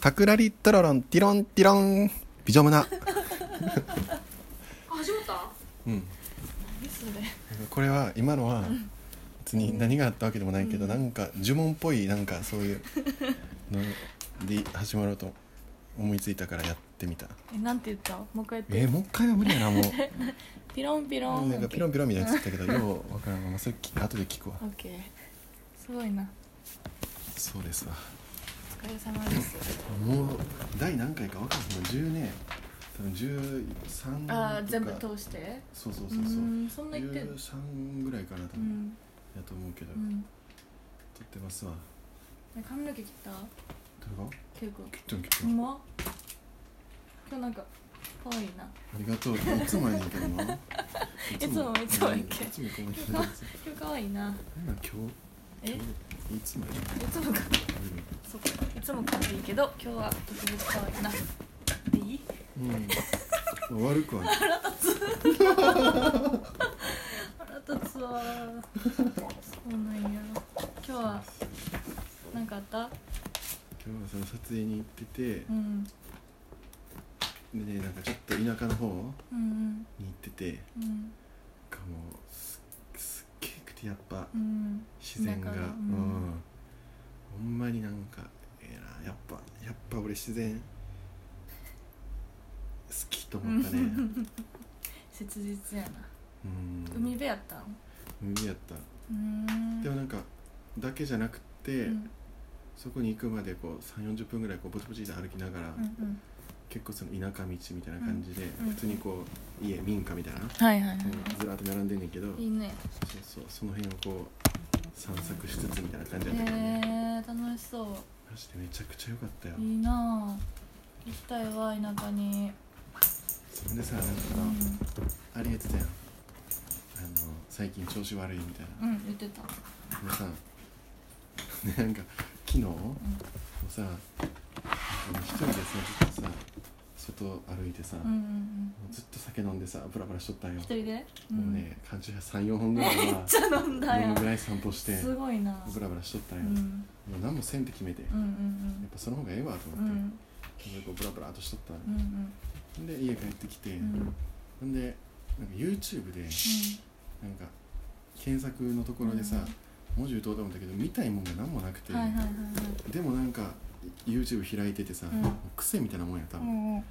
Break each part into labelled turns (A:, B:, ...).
A: タクラリトロロンティロンティロンビジョムナ
B: あ始まった
A: うん
B: 何それ
A: これは今のは別に何があったわけでもないけど、なんか呪文っぽいなんかそういうので始まろうと思いついたからやってみた
C: えなんて言ったもう一回言
A: え
C: って
A: もう一回は無理やなもう
C: ピロンピロ
A: なんか
C: ン
A: ピロンピロンみたいなやつ言った けどようわからんままそれき後で聞くわ
C: オッケーすごいな
A: そうですわ
C: お疲れ様です
A: もう第何回か分かんない10年多分13とか
C: あー全部通して
A: そうそう
C: う
A: そうそう
C: ーんそんな言ってる
A: 13ぐらいかな多
C: う
A: 分、
C: ん
A: やと思うけど、
C: うん
A: 撮ってますわ
C: え髪の毛切った
A: どれが
C: 結構
A: キッチンキッチ
C: う
A: ン
C: ま今日なんか可愛いな
A: ありがとういつもやねんけどな
C: いつもいつもやっけ
A: いつもこの人
C: 今
A: なん
C: 日今日可愛いな
A: なんか今
C: えい
A: 日いつもやねん
C: つもかそっかいつも可愛いけど今日は特別可愛いなでいい
A: うん、悪くはない
C: 腹立つわそうなんや今日はなんかあった
A: 今日はその撮影に行ってて
C: うん
A: でねなんかちょっと田舎の方に行
C: うん
A: っててなん
C: うんうん
A: かもうすっすっげえくてやっぱ
C: うん
A: 自然が
C: 田
A: う
C: 舎
A: ん
C: のうん
A: ほんまになんかええなやっぱやっぱ俺自然好きと思ったね
C: 切実やな
A: うん
C: 海辺やったん
A: 海やった
C: うーん
A: でもなんかだけじゃなくて、
C: うん
A: そこに行くまでこう3 4 0分ぐらいこうぼちぼちで歩きながら、
C: うんうん
A: 結構その田舎道みたいな感じで、
C: うん
A: 普通にこう家民家みたいな、
C: はいはいはい
A: うんずらっと並んでんねんけど、
C: いいね
A: そうそうその辺をこう散策しつつみたいな感じ
C: え
A: だったからね、
C: ー、楽しそう
A: マジでめちゃくちゃ良かったよ、
C: いいなぁ行きたいわ田舎に
A: それでさなんか
C: う
A: な、
C: ん
A: あれやってたやんあの最近調子悪いみたいな
C: うん言ってた
A: でさ でなんか昨日、もうさあの一人でさずっとさ外歩いてさ、
C: うんう
A: も
C: んうん
A: うずっと酒飲んでさブラブラしとったんよ
C: 一人で
A: もうね感じが34本ぐ らい
C: うんめっ
A: は
C: ちゃ飲んだ
A: 飲
C: よ
A: むぐらい散歩して
C: すごいな
A: ブラブラしとったん
C: う
A: よ、
C: んう
A: も
C: ん
A: う何もせんって決めて、
C: う
A: やっ
C: ん
A: ぱその方がええわと
C: うんう
A: 思って、
C: ん
A: でこうブラブラっとしとったんよ
C: うんうん
A: で家帰ってきて、
C: うん
A: ほんでなんか YouTube でなんか検索のところでさ、文字打とうと思ったけど見たいもんが何もなくて、
C: はいはいはいはい
A: でもなんか YouTube 開いててさ、
C: うん
A: 癖みたいなもんや多
C: う
A: 分、
C: んうん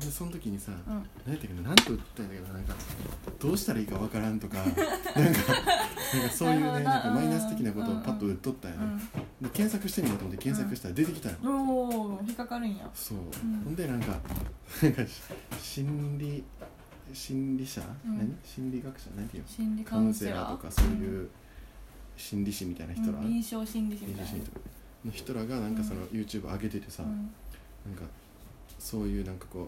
A: でその時にさ、
C: うん
A: 何やったっけどなんと打ったんだけどなんかどうしたらいいかわからんと かなんかなんかそういうねな
C: な
A: ん
C: るほ
A: か
C: ど
A: マイナス的なこと
C: う
A: を
C: んうん
A: パッと打っとったよね、で検索してみようと思って検索したら出てきたの、
C: うんおお引っかかるんや
A: そう、
C: ん
A: ほんでなんかなんかし心理心理者、
C: うん
A: 何心理学者何て言うの
C: 心理カ
A: カ
C: ウ
A: ウ
C: ン
A: ン
C: セ
A: セ
C: ラ
A: ラ
C: ー
A: ーとかそういう心理師みたいな人ら、
C: うん臨床心理士み
A: 編
C: た
A: 集
C: い
A: 者とかの人らがなんかその YouTube 上げててさ、
C: なうん
A: なんかそういうなんかこう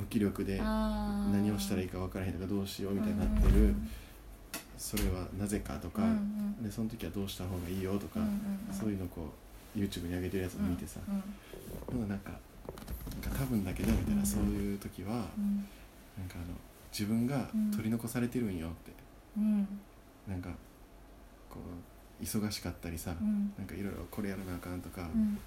A: 無気力で
C: あー
A: 何をしたらいいか分からへんとかどうしようみたいになって
C: うんうんう
A: る
C: ん
A: それはなぜかとか
C: うんうん
A: でその時はどうした方がいいよとか
C: うんうんうん
A: そういうのこう YouTube に上げてるやつを見てさ
C: うん
A: ほななんかなんか多分だけどみたいなそういう時はなんかあ
C: うん
A: の自分が取り残されてるんよって
C: うん
A: なんかこう忙しかったりさ
C: うん
A: なんかいろいろこれやらなあかんとか
C: うん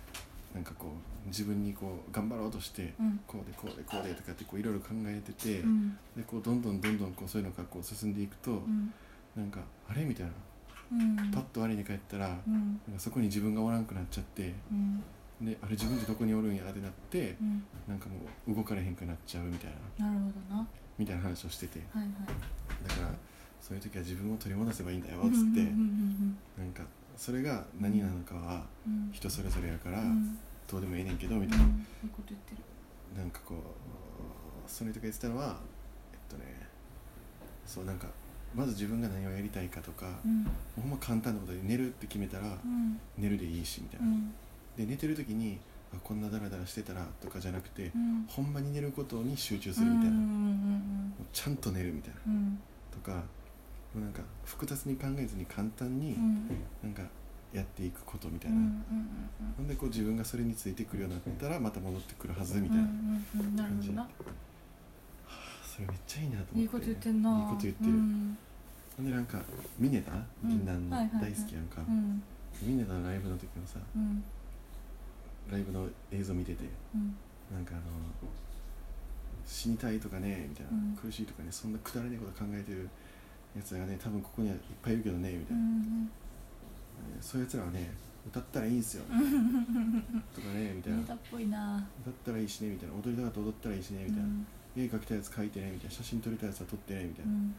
A: なんかこう自分にこう頑張ろうとして
C: うん
A: こうでこうでこうでとかってこういろいろ考えてて、
C: うん
A: でこうどんどんどんどんこうそういうのがこう進んでいくと、
C: うん
A: なんかあれみたいな
C: うん
A: パッと我に帰ったら、
C: うん
A: なんかそこに自分がおらんくなっちゃって
C: うん
A: であれ自分ってどこにおるんやってなって
C: うん
A: なんかもう動かれへんくなっちゃうみたいな
C: なるほどな
A: みたいな話をしてて
C: はいはい
A: だからそういう時は自分を取り戻せばいいんだよ
C: うん
A: っつって、
C: うんうん
A: なんかそれが何なのかは
C: うんうん
A: 人それぞれやから、
C: うん
A: どうでもええねんけどみ
C: うん
A: たいな、
C: いいこと言ってる
A: なんかこうその人が言ってたのはえっとねそうなんかまず自分が何をやりたいかとか、
C: うん
A: ほんま簡単なことで寝るって決めたら、
C: うん
A: 寝るでいいしみたいうな、
C: ん
A: で寝てる時にあこんなダラダラしてたらとかじゃなくて、
C: うん
A: ほんまに寝ることに集中す
C: う
A: る
C: ん
A: みたいな、
C: うん
A: も
C: うん
A: うちゃんと寝るみたいな
C: うんうん
A: とかもうなんか複雑に考えずに簡単に
C: うん
A: なんかやっていくことみたい
C: うん
A: な、
C: うんうん
A: ほんでこう自分がそれについてくるようになったらまた戻ってくるはずみ
C: うん
A: たいな、
C: うんうんうんなるほどな
A: それめっちゃいいなと思って
C: いいこと言ってんない
A: いこと言ってる、
C: うん
A: ほんでなんかミネタ
C: うん
A: 銀杏の
C: はいはいは
A: 大
C: い
A: 好きやんか、
C: うん
A: ミネタのライブの時もさ
C: うん
A: ライブの映像見てて
C: うん
A: なんかあの死にたいとかねみたいな、
C: うん
A: 苦しいとかねそんなくだらねえこと考えてるやつらがね多分ここにはいっぱいいるけどねみた
C: う
A: いな、
C: ん
A: そういうやつらはね歌ったらいいん すよとかねみた
C: う
A: い
C: ん
A: な
C: ネ
A: 歌
C: タっぽいな
A: ったらいいしねみたいな踊りたかったら踊ったらいいしねみたいな、絵描きたいやつ描いてねみたいな写真撮りたいやつは撮ってねみたいな、
C: うん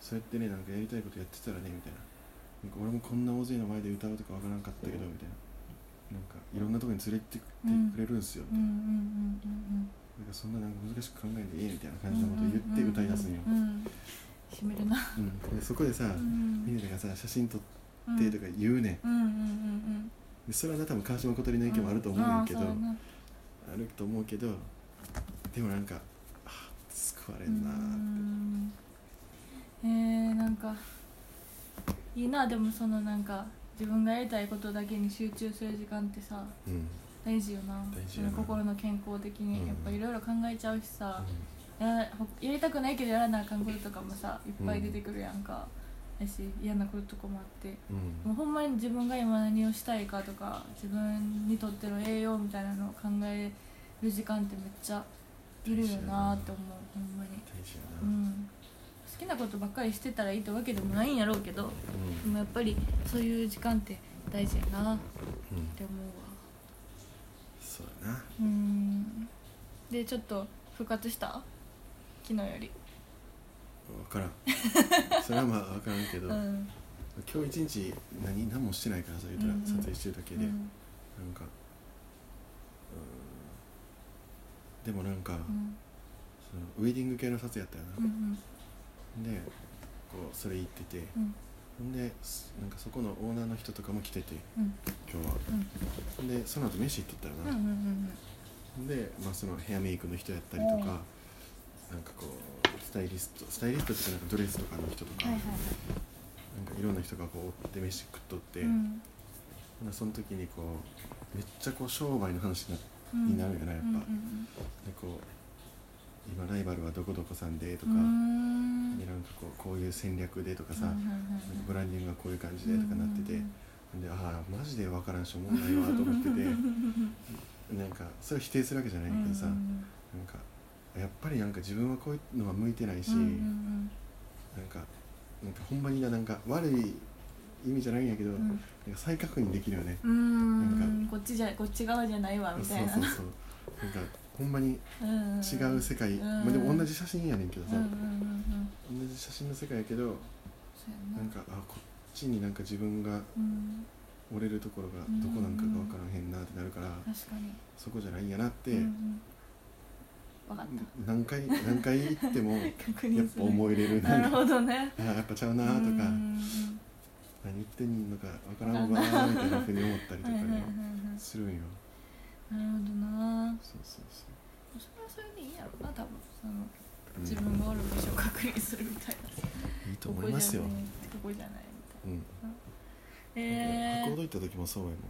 A: そうやってねなんかやりたいことやってたらねみたいななんか俺もこんな大勢の前で歌うとかわからんかったけどみたいななんかいろんなとこに連れてってくれるんすよ、
C: うんうんうんうん
A: なんかそんななんか難しく考えていいみたいな感じのことを言って歌い出すんよ、
C: うんうんうんしみるな
A: うんでそこでさ、
C: ん
A: みんながさ写真撮っ
C: うん
A: てとか言うねん
C: うんうんうん
A: でそれはな多分川島小鳥の
C: うん
A: 意見もあると思うんやけど、
C: あーそうやな
A: あると思うけどでもなんかあ救われんなー
C: う
A: って
C: んえー、なんかいいなでもそのなんか自分がやりたいことだけに集中する時間ってさ
A: うん、うん
C: 大事よな
A: 大事やな
C: その心の健康的に、
A: うん
C: やっぱいろいろ考えちゃうしさ、やほやりたくないけどやらなあかんこととかもさいっぱい出てくるやんか、やし嫌なこととかもあって
A: うん
C: もうほんまに自分が今何をしたいかとか自分にとっての栄養みたいなのを考える時間ってめっちゃいるよなって思うほんまに、
A: 大事やな、
C: う
A: うん
C: ん、好きなことばっかりしてたらいいってわけでもないんやろうけどでもやっぱりそういう時間って大事やなっ
A: うん
C: て思うわ
A: そうだな
C: うんでちょっと復活した昨日より
A: 分からん それはまあ分からんけど、
C: うん
A: 今日一日何何もしてないからさ言うたら
C: うんうん
A: 撮影してるだけで、
C: うん
A: なんかうんでもなんか、
C: うん
A: そのウェディング系の撮影やったよな、
C: うん
A: でこうそれ行ってて
C: うんうん
A: ほんですなんかそこのオーナーの人とかも来てて
C: うん
A: 今日は
C: うん
A: ほんでその後飯行ってったよ
C: うん
A: な、
C: うんうん
A: ほんで、まあ、そのヘアメイクの人やったりとか、なんかこうスタイリストスタイリストっていうかなんかドレスとかの人とか、
C: はいはいはい
A: なんかいろんな人がこう追って飯食っとって、
C: うん
A: ほんでその時にこうめっちゃこう商売の話になって
C: うん
A: になるよなやっぱ
C: うんうん
A: こう今ライバルはどこどこさんでとか、
C: うー
A: で
C: ん
A: なんかこうこういう戦略でとかさ、
C: はいはいはい
A: なんかブランディングがこういう感じでとかなってて、
C: うん
A: でああマジで分からんしおもんないわと思ってて なんかそれ否定するわけじゃないけどさ、
C: うん
A: なんかやっぱりなんか自分はこういうのは向いてないし、
C: うんうん
A: なんかなんかほんまにななんか悪い意味じゃないんやけど、な
C: う
A: ん
C: ん
A: か再確認できるよね、
C: うーん
A: なん
C: こっちじゃこっち側じゃないわみ
A: そう
C: た
A: そ
C: いうな
A: そうなんかほんまに
C: うん
A: 違う世界、
C: うん
A: まあ、でも同じ写真やねんけど
C: う
A: さ、
C: んうんうん
A: 同じ写真の世界やけど
C: そうや
A: なんかあこっちになんか自分が
C: うん
A: 折れるところがどこなんかが分からへんなってなるから、
C: 確かに
A: そこじゃないんやなって、
C: うんうんわかった
A: 何回何回行って も
C: 確
A: やっ
C: 認す
A: ぱ
C: る
A: 思い入れる
C: な
A: な
C: るほどね
A: あやっぱちゃうなとか、
C: うんうん
A: 何言ってんのか分からんわーみたいなふうに思ったり
C: うん
A: とか
C: はいはいはいはい
A: ねするんよ
C: なるほどな
A: そうそうそ
C: それはそれでいいやろな多分その
A: う、
C: 自分がおる場所を確認するみたいな
A: うんいいと思いますよ
C: ここじゃないここじゃない
A: うん、
C: みたいなえ
A: 箱
C: ー
A: ほど行った時もそうやもん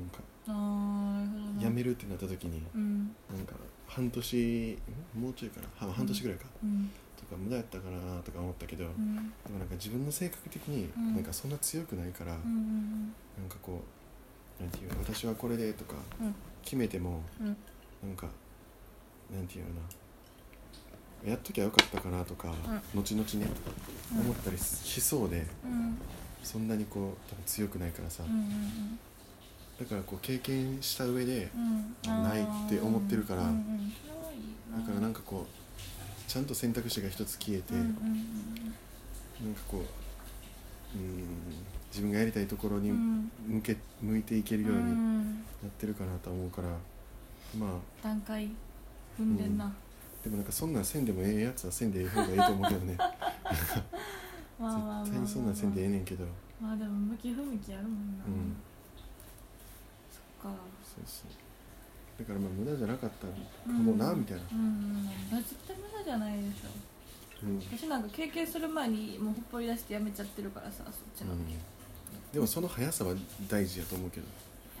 A: なんか
C: あーなるほどな
A: 辞めるってなった時に
C: うん
A: なんか半年んもうちょいかなは半年ぐらいか、
C: うん
A: とか無駄やったかなとか思ったけど、
C: うん
A: でもなんか自分の性格的に
C: うん
A: なんかそんな強くないから、
C: うんうん
A: なんかこうなんていうの私はこれでとか
C: うん
A: 決めても
C: うん
A: なんかなんていうのかなやっときゃよかったかなとか、後々ね
C: うん
A: 思ったりしそうで
C: うん
A: そんなにこう多分強くないからさ、
C: うんうん
A: だからこう経験した上で
C: うんうん
A: ないって思ってるから
C: うんうんそれはいい
A: だからなん
C: か
A: かこうちゃんと選択肢が一つ消えて、
C: うんうん
A: なんかこううん自分がやりたいところ
C: うんう
A: に
C: ん
A: 向け、向いていけるように
C: う
A: なんってるかなと思うから、まあ
C: 段階踏んでんな
A: でもなんかそんなんせんでもええやつはせんでええ方がいいと思うけど ね
C: わあわあわあ
A: 絶対にそんなんせんでええねんけど
C: まあでも向き不向きあるもんな
A: うん
C: そっか
A: そうそうだからまあ無駄じゃなかったかもな、みたいな、
C: うんうんうん絶対無駄じゃないでしょ
A: うん
C: 私なんか経験する前にもうほっぽり出してやめちゃってるからさそっちの、
A: う
C: い
A: んでもその速さは大事やと思うけど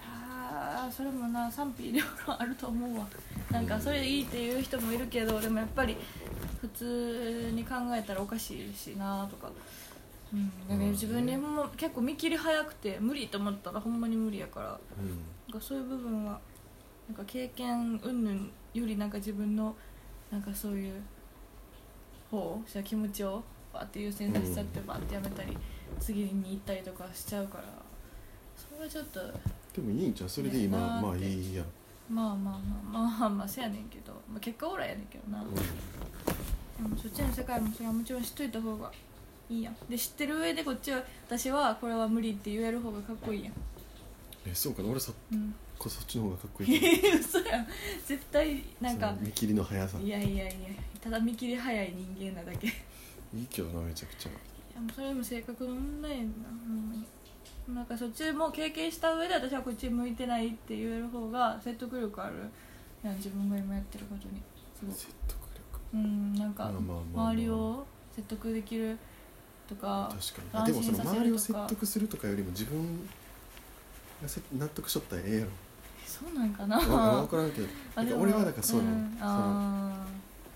C: やーそれもな賛否両論あると思うわなんかそれいいっていう人もいるけどでもやっぱり普通に考えたらおかしいしなとかうんだけど自分でも結構見切り早くて無理と思ったらほんまに無理やから
A: うん
C: なんかそういう部分はなんか経験云々よりなんか自分のなんかそういう方じゃ気持ちをバーって優先させちゃってバーってやめたり次に行ったりとかしちゃうからそれはちょっと
A: でもいいんじゃんそれで今
C: ね
A: まあいいやん、
C: まあまあまあまあまあせやねんけど、まあ、結果オーライやねんけどな、
A: う
C: で
A: ん
C: もそっちの世界もそれはもちろん知っといた方がいいやんで知ってる上でこっちは私はこれは無理って言える方がかっこいいやん
A: えそうかな俺そ
C: うん
A: こそっちの方がかっこいいと思う
C: 嘘やん絶対 なん
A: そ
C: か
A: の見切りの速さ
C: いやいやいやただ見切り早い人間なだけい
A: いいけどなめちゃくちゃ
C: やもうそれも性格の問題やんなほんまになんかそっちも経験した上で私はこっち向いてないって言える方が説得力あるやん自分が今やってることにすごく
A: 説得力
C: うんなん
A: まあ
C: か
A: まあまあまあ
C: 周りを説得できるとか
A: 確かに
C: 安
A: でもそ
C: 心
A: の
C: させ
A: 周り
C: る
A: を
C: と
A: 説
C: か
A: 得するとかよりも自分がせ納得しとったらええやろ
C: そうなんかな
A: 分からんけど
C: あでも
A: 俺はだからそうなの
C: ん
A: その
C: あ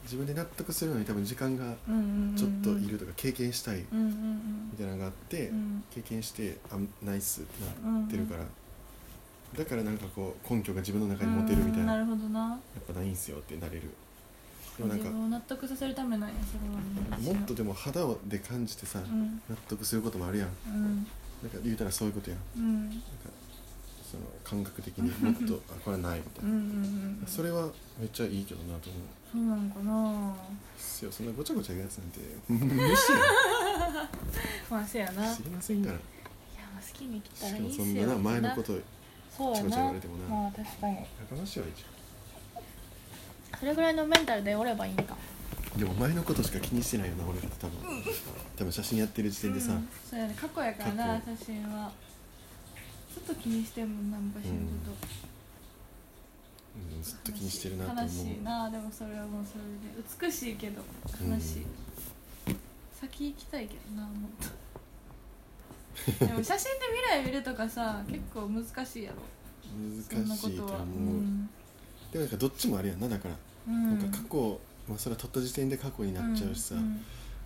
A: 自分で納得するのに多分時間が
C: ーうんうんうん
A: ちょっといるとか経験したい
C: うんうん
A: みたいなのがあって、
C: うんうん
A: 経験してあナイスって
C: う
A: なんってるから、だからなんかこう根拠が自分の中に持てるみたいな、
C: う
A: や
C: んるほどな
A: っぱないんすよってなれるでもなん
C: 自
A: か
C: 分を納得させるためなんやそれはね
A: もっとでも肌をで感じてさ、
C: うん
A: 納得することもあるやん
C: うん
A: なんか言うたらそういうことやん
C: うん
A: なんかその感覚的にもっとあこれないみた
C: う
A: い
C: んう
A: な、
C: んうん
A: それはめっちゃいいけどなと思う
C: そうなのかな
A: ですよそんなごちゃごちゃ言うやつなんて無視や
C: まあせやないや
A: ん知りませんから
C: まあ好きに来た
A: し
C: ら
A: か
C: い
A: も
C: いっす
A: そ
C: よ
A: んなな前のことや
C: そう
A: ごちゃ
C: や
A: ごちゃ言
C: な
A: われてもな
C: まあ確かに
A: かましいわいいじ
C: それぐらいのメンタルでおればいいんか
A: ゃんでも前のことしか気にしてないよな俺って多分多分写真やってる時点でさ、
C: うん、そうやね過去やからな
A: 過
C: 写真はちょっと気にしてんもんな昔のこと、
A: うんずっと気にしてるなと思う
C: 悲しいなでもそれはもうそれで美しいけど
A: うん
C: 悲しい、先行きたいけどなもっ とでも写真で未来見るとかさ結構難しいやろそん
A: 難
C: なこ
A: しいと
C: と
A: 思う
C: は、うん、
A: でもなんかどっちもあるやんなだから、
C: うん、
A: なんか過去、まあ、それは撮った時点で過去になっちゃうしさ、
C: うん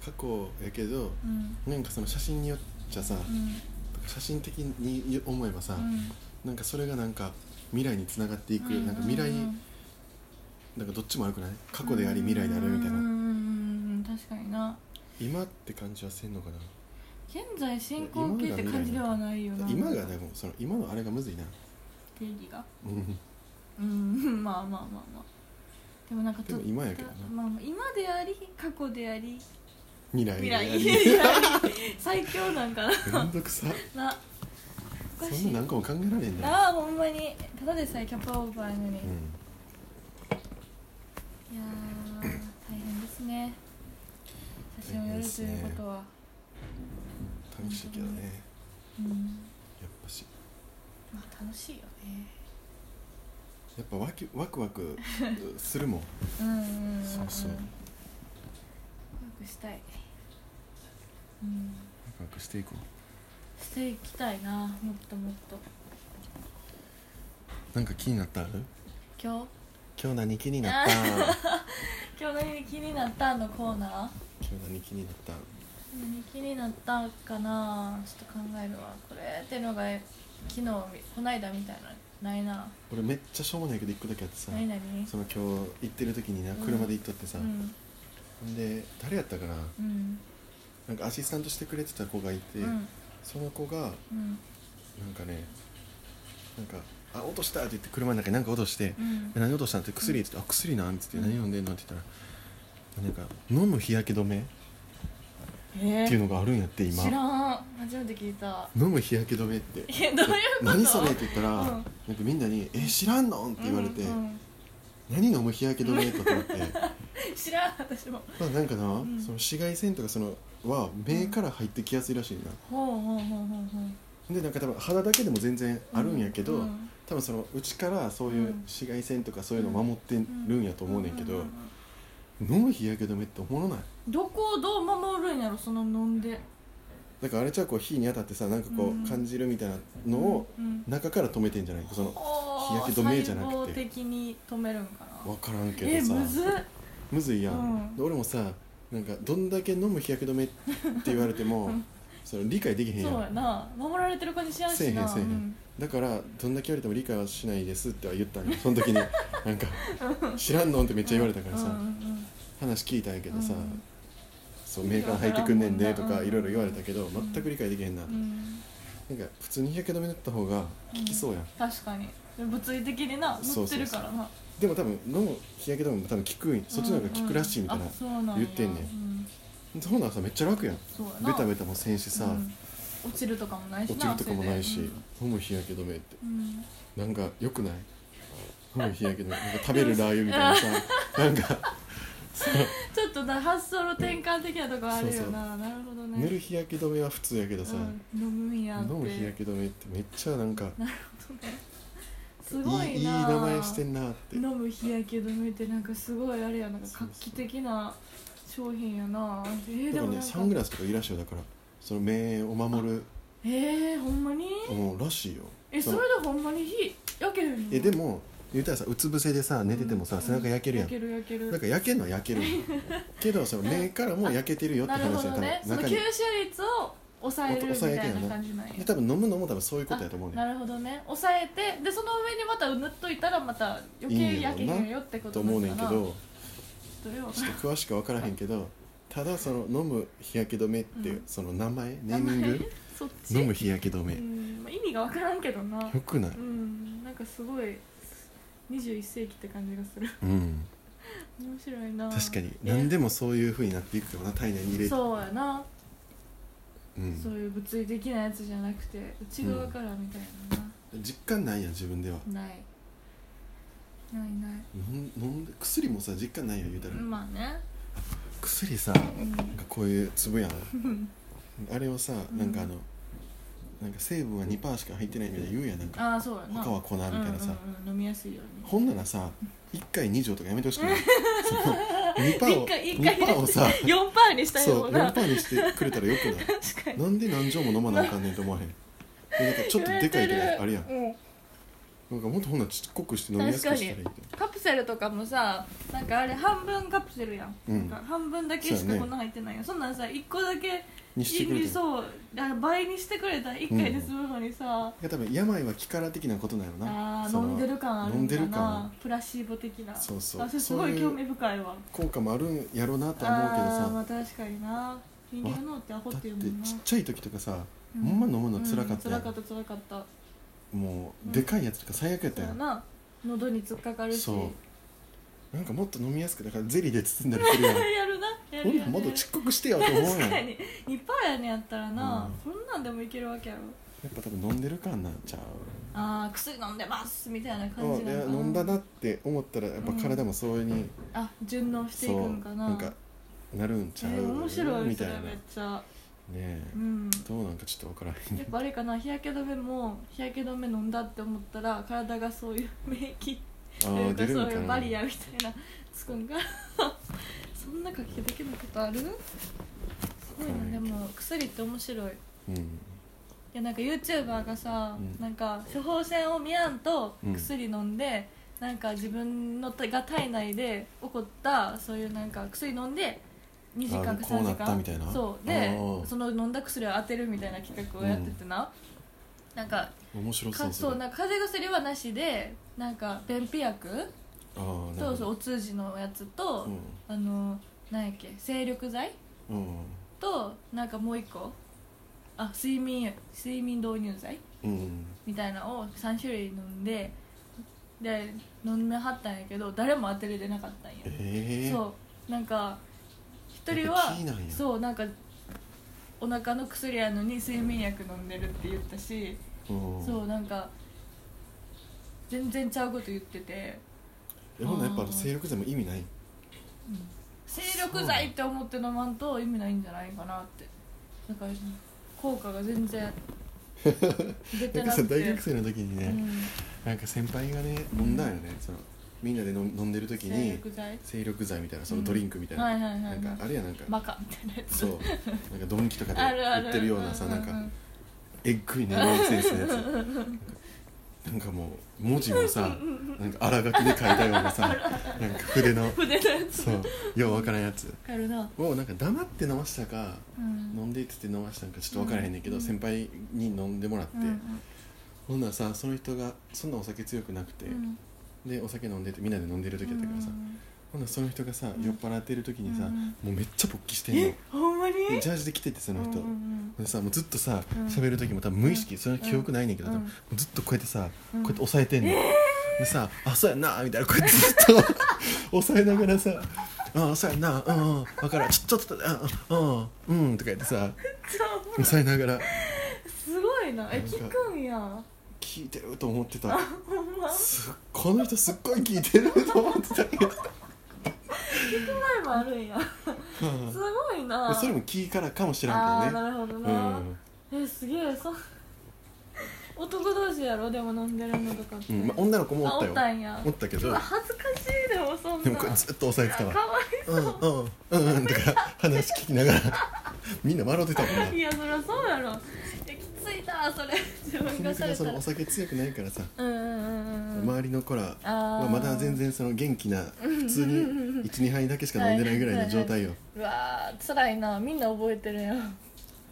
A: 過去やけど
C: うん
A: なんかその写真によっちゃさ、
C: うん
A: 写真的に思えばさ、
C: うん
A: なんかそれがなんか未来につながっていく、
C: うん
A: なんか未来、
C: うん
A: なんかどっちも悪くない過去であり未来であるみたいな、
C: うんうんうんうん確かにな
A: 今って感じはせんのかな
C: 現在進行形って感じではないよな
A: 今がでもその今のあれがむずいな
C: 定義が
A: うん
C: うんまあまあまあまあでもなんか
A: で
C: と
A: も今やけどな
C: まあまあ、今であり過去であり
A: 未来
C: 未
A: であ
C: 来
A: り
C: 最強なんか
A: めんどくさ
C: ななおか
A: そ
C: し
A: ん
C: い
A: な何個も考えられんな
C: なあほんまにただでさえキャパオーバーなのに、
A: う
C: い
A: ん
C: やー大変ですね写真をやるということは、
A: 楽しいけどね
C: うん
A: やっぱし
C: まあ楽しいよね
A: やっぱワキワクワクするもん
C: うんうんうんん
A: そうそう
C: ワクワクしたいうん
A: ワクワクしていこ
C: していきたいなもっともっと
A: うなんか気になったある
C: 今日
A: 今日何気になった 今
C: 今日何気になったのコーナー
A: 日何気になった
C: 何気になったかなちょっと考えるわこれってのが昨日みこないだみたいなないな
A: 俺めっちゃしょうもないけど一個だけあってさ
C: 何何
A: その今日行ってる時にな車で行っとって
C: う
A: さ、
C: ん
A: ほんで誰やったかな
C: うん
A: なんかアシスタントしてくれてた子がいて、
C: うん
A: その子が
C: うん
A: なんかねなんか「あ落とした!」って言って車の中に何か落として
C: う
A: 「
C: ん
A: 何落としたん?」って「薬」って言って「あ薬なん?」って言って「
C: うん
A: 何飲んでんの?」って言ったらなんか「飲む日焼け止め」っていうのがあるんやって今
C: 知らん初めて聞いた
A: 飲む日焼け止めって
C: えどういうこと
A: 何それって言ったら、
C: うん
A: なんかみんなに「え知らんの?」って言われて「
C: うんうん
A: 何飲む日焼け止め?」とか言って
C: 知らん私も
A: まあなんかな、
C: ん
A: その紫外線とかそのは目から入ってきやすいらしいな、
C: ほうほうほうほうほう
A: でなんか多分肌だけでも全然あるんやけど、
C: うん
A: 多分そのうちからそういう
C: うん
A: 紫外線とかそういうのを守ってるんやと思うねんけど、
C: ううんうん
A: 飲む日焼け止めっておもろない
C: どこをどう守るんやろその飲んで
A: だからあれちゃうこう火に当たってさなんかこ
C: うん
A: う感じるみたいなのを
C: うん
A: 中から止めてんじゃないその
C: 日
A: 焼け止めじゃなくて
C: 細胞的に止めるんかな
A: 分からんけ
C: え
A: どさ
C: むずっ
A: むずいやん、
C: うん
A: で俺もさなんかどんだけ飲む日焼け止めって言われてもそれ理解できへんや
C: そうんやな守られてる感じしやんしな
A: せえへんせえへん
C: うん
A: だからどんだけ言われても理解はしないですっては言ったんよその時 になんか「知らんの?」ってめっちゃ言われたからさ、
C: うんうん
A: 話聞いたんやけどさ、
C: うん
A: そうメーカー入ってくんねんでとか
C: うん
A: いろいろ言われたけど、
C: ん
A: 全く理解できへんな、
C: うんうん
A: なんか普通に日焼け止め塗った方が効きそうやん、
C: 確かに物理的にな
A: そ
C: 乗
A: う
C: っ
A: そ
C: て
A: うそう
C: るからな
A: でも多分の日焼け止めも多分効くんそっちの方が効くらしいみたいな、
C: うんうんあそうなんや
A: 言ってんねん
C: うん
A: ほんならさめっちゃ楽やん
C: そうやな
A: ベタベタもせんしさ、
C: うん落ちるとかもないし
A: 落ちるとかもないし、
C: 汗で
A: ほぼ日焼け止めって
C: うんうん
A: なんかよくないほぼ日焼け止めなんか食べるラー油みたいな さなんか
C: ちょっとな発想の転換的なとこあるよ
A: そうそう
C: ななるほどね
A: 塗る日焼け止めは普通やけどさ、
C: うん、飲むんやって
A: 飲む日焼け止めってめっちゃなんか
C: すごいない
A: いいい名前してんなって
C: 飲む日焼け止めってなんかすごいあれやなんか画期的な商品やなえー、
A: だ
C: で
A: から
C: もなん
A: ね
C: か
A: サングラスとかいらっしゃるだからその目を守る
C: えー、ほんまに
A: もうらしいよ
C: えそ
A: の
C: れでほんまに火焼けるん
A: えでも言ったらさうつ伏せでさ寝ててもさ背中焼けるやん
C: 焼ける焼ける
A: なんか焼けんのは焼 けるけどその目からも焼けてるよって
C: なるほ
A: 話
C: ど
A: や
C: ねそ
A: 多
C: の
A: 分
C: 吸
A: 中
C: 収
A: に
C: 率を抑えるみたいな感じなんや
A: で多分飲むのも多分そういうことやと思うねん
C: なるほどね抑えてでその上にまた塗っといたらまた余計焼けへんよってこと
A: と思うね
C: なんん
A: け
C: かな
A: ど
C: どれを
A: ちょっと詳しくは分からへんけどただその飲む日焼け止めっていう、
C: うん
A: その名前ネーミン グ
C: そっち
A: 飲む日焼け止め、
C: うんまあ意味がわからんけどな
A: よくない
C: うんなんかすごい21世紀って感じがする
A: うん
C: 面白いな
A: 確かに何
C: で
A: でもそういうふうになっていくよな体内に入れて
C: そうやな、
A: う
C: そうんいう物理的なやつじゃなくて内側からみたいなな、
A: 実感ないやん自分では
C: ないないない
A: 飲ん飲んで薬もさ実感ないやん言うたら、
C: まあね、
A: 薬さ
C: うん、
A: なんかこういう粒やんあれをさ
C: うん
A: なんかあの、なんか成分は2%しか入ってないみたいな言うやんなんか
C: ああそうやな
A: 他は粉みたいなさ、
C: うんうんうん、飲みやすいように
A: ほんならさ1回2錠とかやめてほしくない その2%を
C: 一回一回入れて
A: 2%をさ
C: 4パーにしたい
A: そ
C: も
A: うん
C: な確
A: 4%にしてくれたらよくない
C: かに
A: なんで何錠も飲まなあかんねんと思わへんでなんかちょっとでかいとかあるやん
C: うん
A: なんかもっとほんならちっこくして飲みやすくしたらいいって
C: カプセルとかもさなんかあれ半分カプセルやん、
A: うん
C: なんか半分だけし
A: そうや
C: か
A: ね
C: こんなん入ってないやんそんなんさ1個だけ
A: にしてくれてる
C: そうだから倍にしてくれたら1回で済むのにさ、
A: なんか多分病は気から的なことなのな
C: ああ
A: そ
C: 飲
A: の
C: んでる感ある
A: 飲ん
C: ん
A: で
C: だ
A: る
C: な
A: 感
C: プラシーボ的な
A: そうそう
C: あそれすご
A: そう
C: い
A: いう
C: 興味深いわ
A: 効果もあるんやろうなとは思うけど
C: ああーまあ
A: さ
C: 確かにな人間の脳ってアホっ
A: だってて
C: いうもんな
A: ちっちゃい時とかさ
C: うん
A: ほんま飲むのつらかった
C: うん
A: や
C: 辛
A: ん
C: かった辛かった
A: もうでかいやつとか最悪やった
C: そう
A: や
C: や
A: ん
C: な喉に突っかかるし
A: そうなんかもっと飲みやすくだからゼリーで包んだりするやん
C: やるなや
A: ほ
C: る
A: ん
C: や
A: な
C: る
A: んもっとちっこくしてよと思うや
C: 確
A: んや
C: か
A: っ
C: に2パーやねやったらな、
A: う
C: そんなんでもいけるわけやろ
A: ぱ多分飲んでる感なんちゃう
C: ああ薬飲んでますみたいな
A: あ
C: 感じ
A: い
C: な
A: や
C: のか
A: 飲んだなって思ったらやっぱ体もそういうに
C: あ順応していく
A: そうん
C: かな
A: なんかなるんち
C: え
A: ゃう
C: ー面白い
A: み
C: そ
A: たい
C: れ
A: な
C: めっ
A: ね
C: ちゃ
A: え
C: うん
A: どうなんかちょっと分からへん
C: やっぱあれかな日焼け止めも日焼け止め飲んだって思ったら体がそういう免疫とい
A: あ
C: う
A: あ
C: か
A: 出る
C: そ
A: ん
C: う
A: か
C: いう
A: な
C: バリアみたいなつくんが そんな書きできることあるすごい
A: はい
C: なでも薬って面白い
A: うん
C: いやなんか YouTuber がさ、
A: うん
C: なんか処方箋を見やんと
A: うん
C: 薬飲んで、なんか自分のが体内で起こったそういうなんか薬飲んで2時間
A: あ
C: か
A: こう
C: 3
A: な
C: 時
A: った
C: 間
A: みたいな
C: そう
A: あ
C: で
A: ー
C: その飲んだ薬を当てるみたいな企画をやっててな、なんか
A: 面白そ
C: か
A: う
C: そう
A: れ
C: なんか風邪薬はなしでなんか便秘薬
A: あーな
C: と
A: るほ
C: そうお通じのやつと、
A: ど
C: あの何やっけ精力剤
A: うんうん
C: となんかもう一個あ睡眠睡眠導入剤
A: うん
C: みたいなのを3種類飲んでで飲みはったんやけど誰も当てれてなかったんや、
A: ええ
C: そうなんか一人
A: やっぱ
C: は
A: 気なんや
C: そうなんかお腹の薬やのに睡眠薬飲んでるって言ったし、
A: うん
C: そうなんか全然ちゃうこと言ってて
A: えほんならやっぱ精力剤も意味ない
C: 精力剤って思って飲まんと意味ないんじゃないかなってだから効果が全然出て
A: なん
C: な
A: かさ
C: くて
A: 大学生の時にね、
C: うん
A: なんか先輩がね飲んだんよね、そのみんなで飲飲んでる時
C: 精
A: に
C: 力剤
A: 精力剤みたいなそのドリンクみたいな、
C: はいはいはいはい
A: なんかあれやなんか、
C: バカみたいなやつ
A: そうなんかドンキとかで
C: あるある
A: 売ってるようなさなん
C: う
A: か
C: ん
A: えっぐい長いセンスのやつなんかなんかもう文字をさなんか荒書きで書いたようなさなんか筆の
C: 筆のやつ
A: そうようわからんやつ
C: あるな
A: をなんか黙って飲ましたか
C: うん
A: 飲んでいってて飲ましたんかちょっとわからへんねんけど、
C: うん
A: 先輩に飲んでもらって、
C: うん
A: ほんならさその人がそんなお酒強くなくて、
C: うん
A: でお酒飲んでてみんなで飲んでる時だったからさ、
C: うん
A: ほんならその人がさ、
C: ん
A: 酔っ払ってる時にさ、
C: うん
A: もうめっちゃ勃起してんの
C: えほんまに
A: でジャージで来ててその人、
C: うんうん
A: でさもうずっとさ
C: うん
A: 喋る時も多分無意識、それは記憶ないねんけど、
C: うん
A: 多分もうずっとこうやってさ、
C: うん
A: こうやって押さえてんの、でさ「あそうやんな」みたいなこうやってずっと 押さえながらさ「あそうやんなうんうん分からんちょちょっとうんうんうん」とか言ってさ
C: そう
A: 押さえながら
C: すごいなえ
A: なんか
C: 聞くんや
A: 聞いてると思ってた
C: ほんます
A: この人すっごい聞いてると思ってたけど
C: 前もあるんや
A: うん
C: すごいな
A: それも聞いからかもしらん
C: あ
A: け
C: ー
A: どね
C: なるほど
A: う
C: な、
A: ん、
C: えすげえそう男同士やろでも飲んでるのとかって、
A: うんまあ、女の子もお
C: あ
A: った
C: お
A: よ
C: ったんや
A: おったけ
C: う
A: ど
C: わ恥ずかしいでもそんな
A: でもこれずっと押さえてたわ
C: かわ
A: うんうんうんうんとか話聞きながらみんな笑ってたもんない
C: いいやそりゃそうやろいやきついなそれ自分がされ
A: そ
C: たら
A: のお酒強くないからさ、
C: うんうんうんうん
A: 周りの子ら
C: あ
A: は
C: ー
A: まだ全然その元気な普通に12杯だけしか飲んでないぐらいの状態よ
C: うわー辛いなみんな覚えてるや ん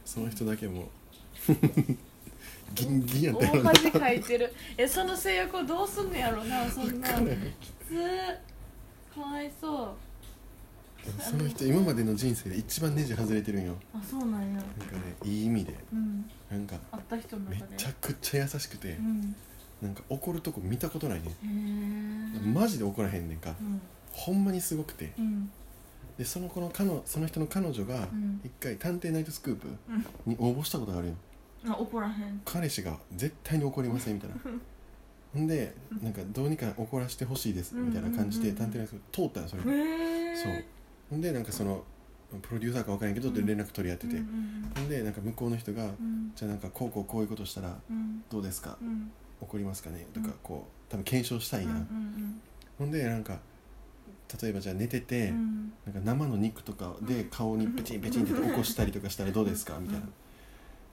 A: その人だけもう ギンギンやったよ
C: 大
A: な
C: 恥かいてるえその制約をどうすんのやろなそんな
A: わかんない
C: きつーかわいそう
A: その人今までの人生で一番ネジ外れてるんよ
C: あそうなんや
A: なんかねいい意味で
C: うん
A: なんか
C: 会った人の
A: め
C: 中で
A: ちゃくちゃ優しくて
C: うん
A: なんか怒るとこ見たことないね
C: へえ
A: マジで怒らへんねんか
C: うん
A: ほんまにすごくて
C: うん
A: でその子の彼女その人の彼女が
C: うん
A: 一回「探偵ナイトスクープ
C: うん」
A: に応募したことがあるよ
C: あ怒らへん
A: 彼氏が絶対に怒りませんみたいなほんでなんかどうにか怒らせてほしいですみたいな感じで
C: うんうんうんう
A: 探偵ナ
C: ん
A: イトスクープ通ったよそれ
C: へえ
A: そうほんでなんかそのプロデューサーか分からんけどで連絡取り合って
C: うんう
A: て
C: ん
A: ほんでなんか向こうの人が
C: うん
A: 「じゃあなんかこうこうこういうことしたら
C: うん
A: どうですか
C: うん
A: 怒りますかね?」と
C: う
A: か
C: ん
A: こう多分検証したいや
C: うん
A: んほんでなんか例えばじゃあ寝て
C: うんう
A: て、
C: ん
A: なんか生の肉とかで顔にペチンペチンって起こしたりとかしたらどうですかみたいな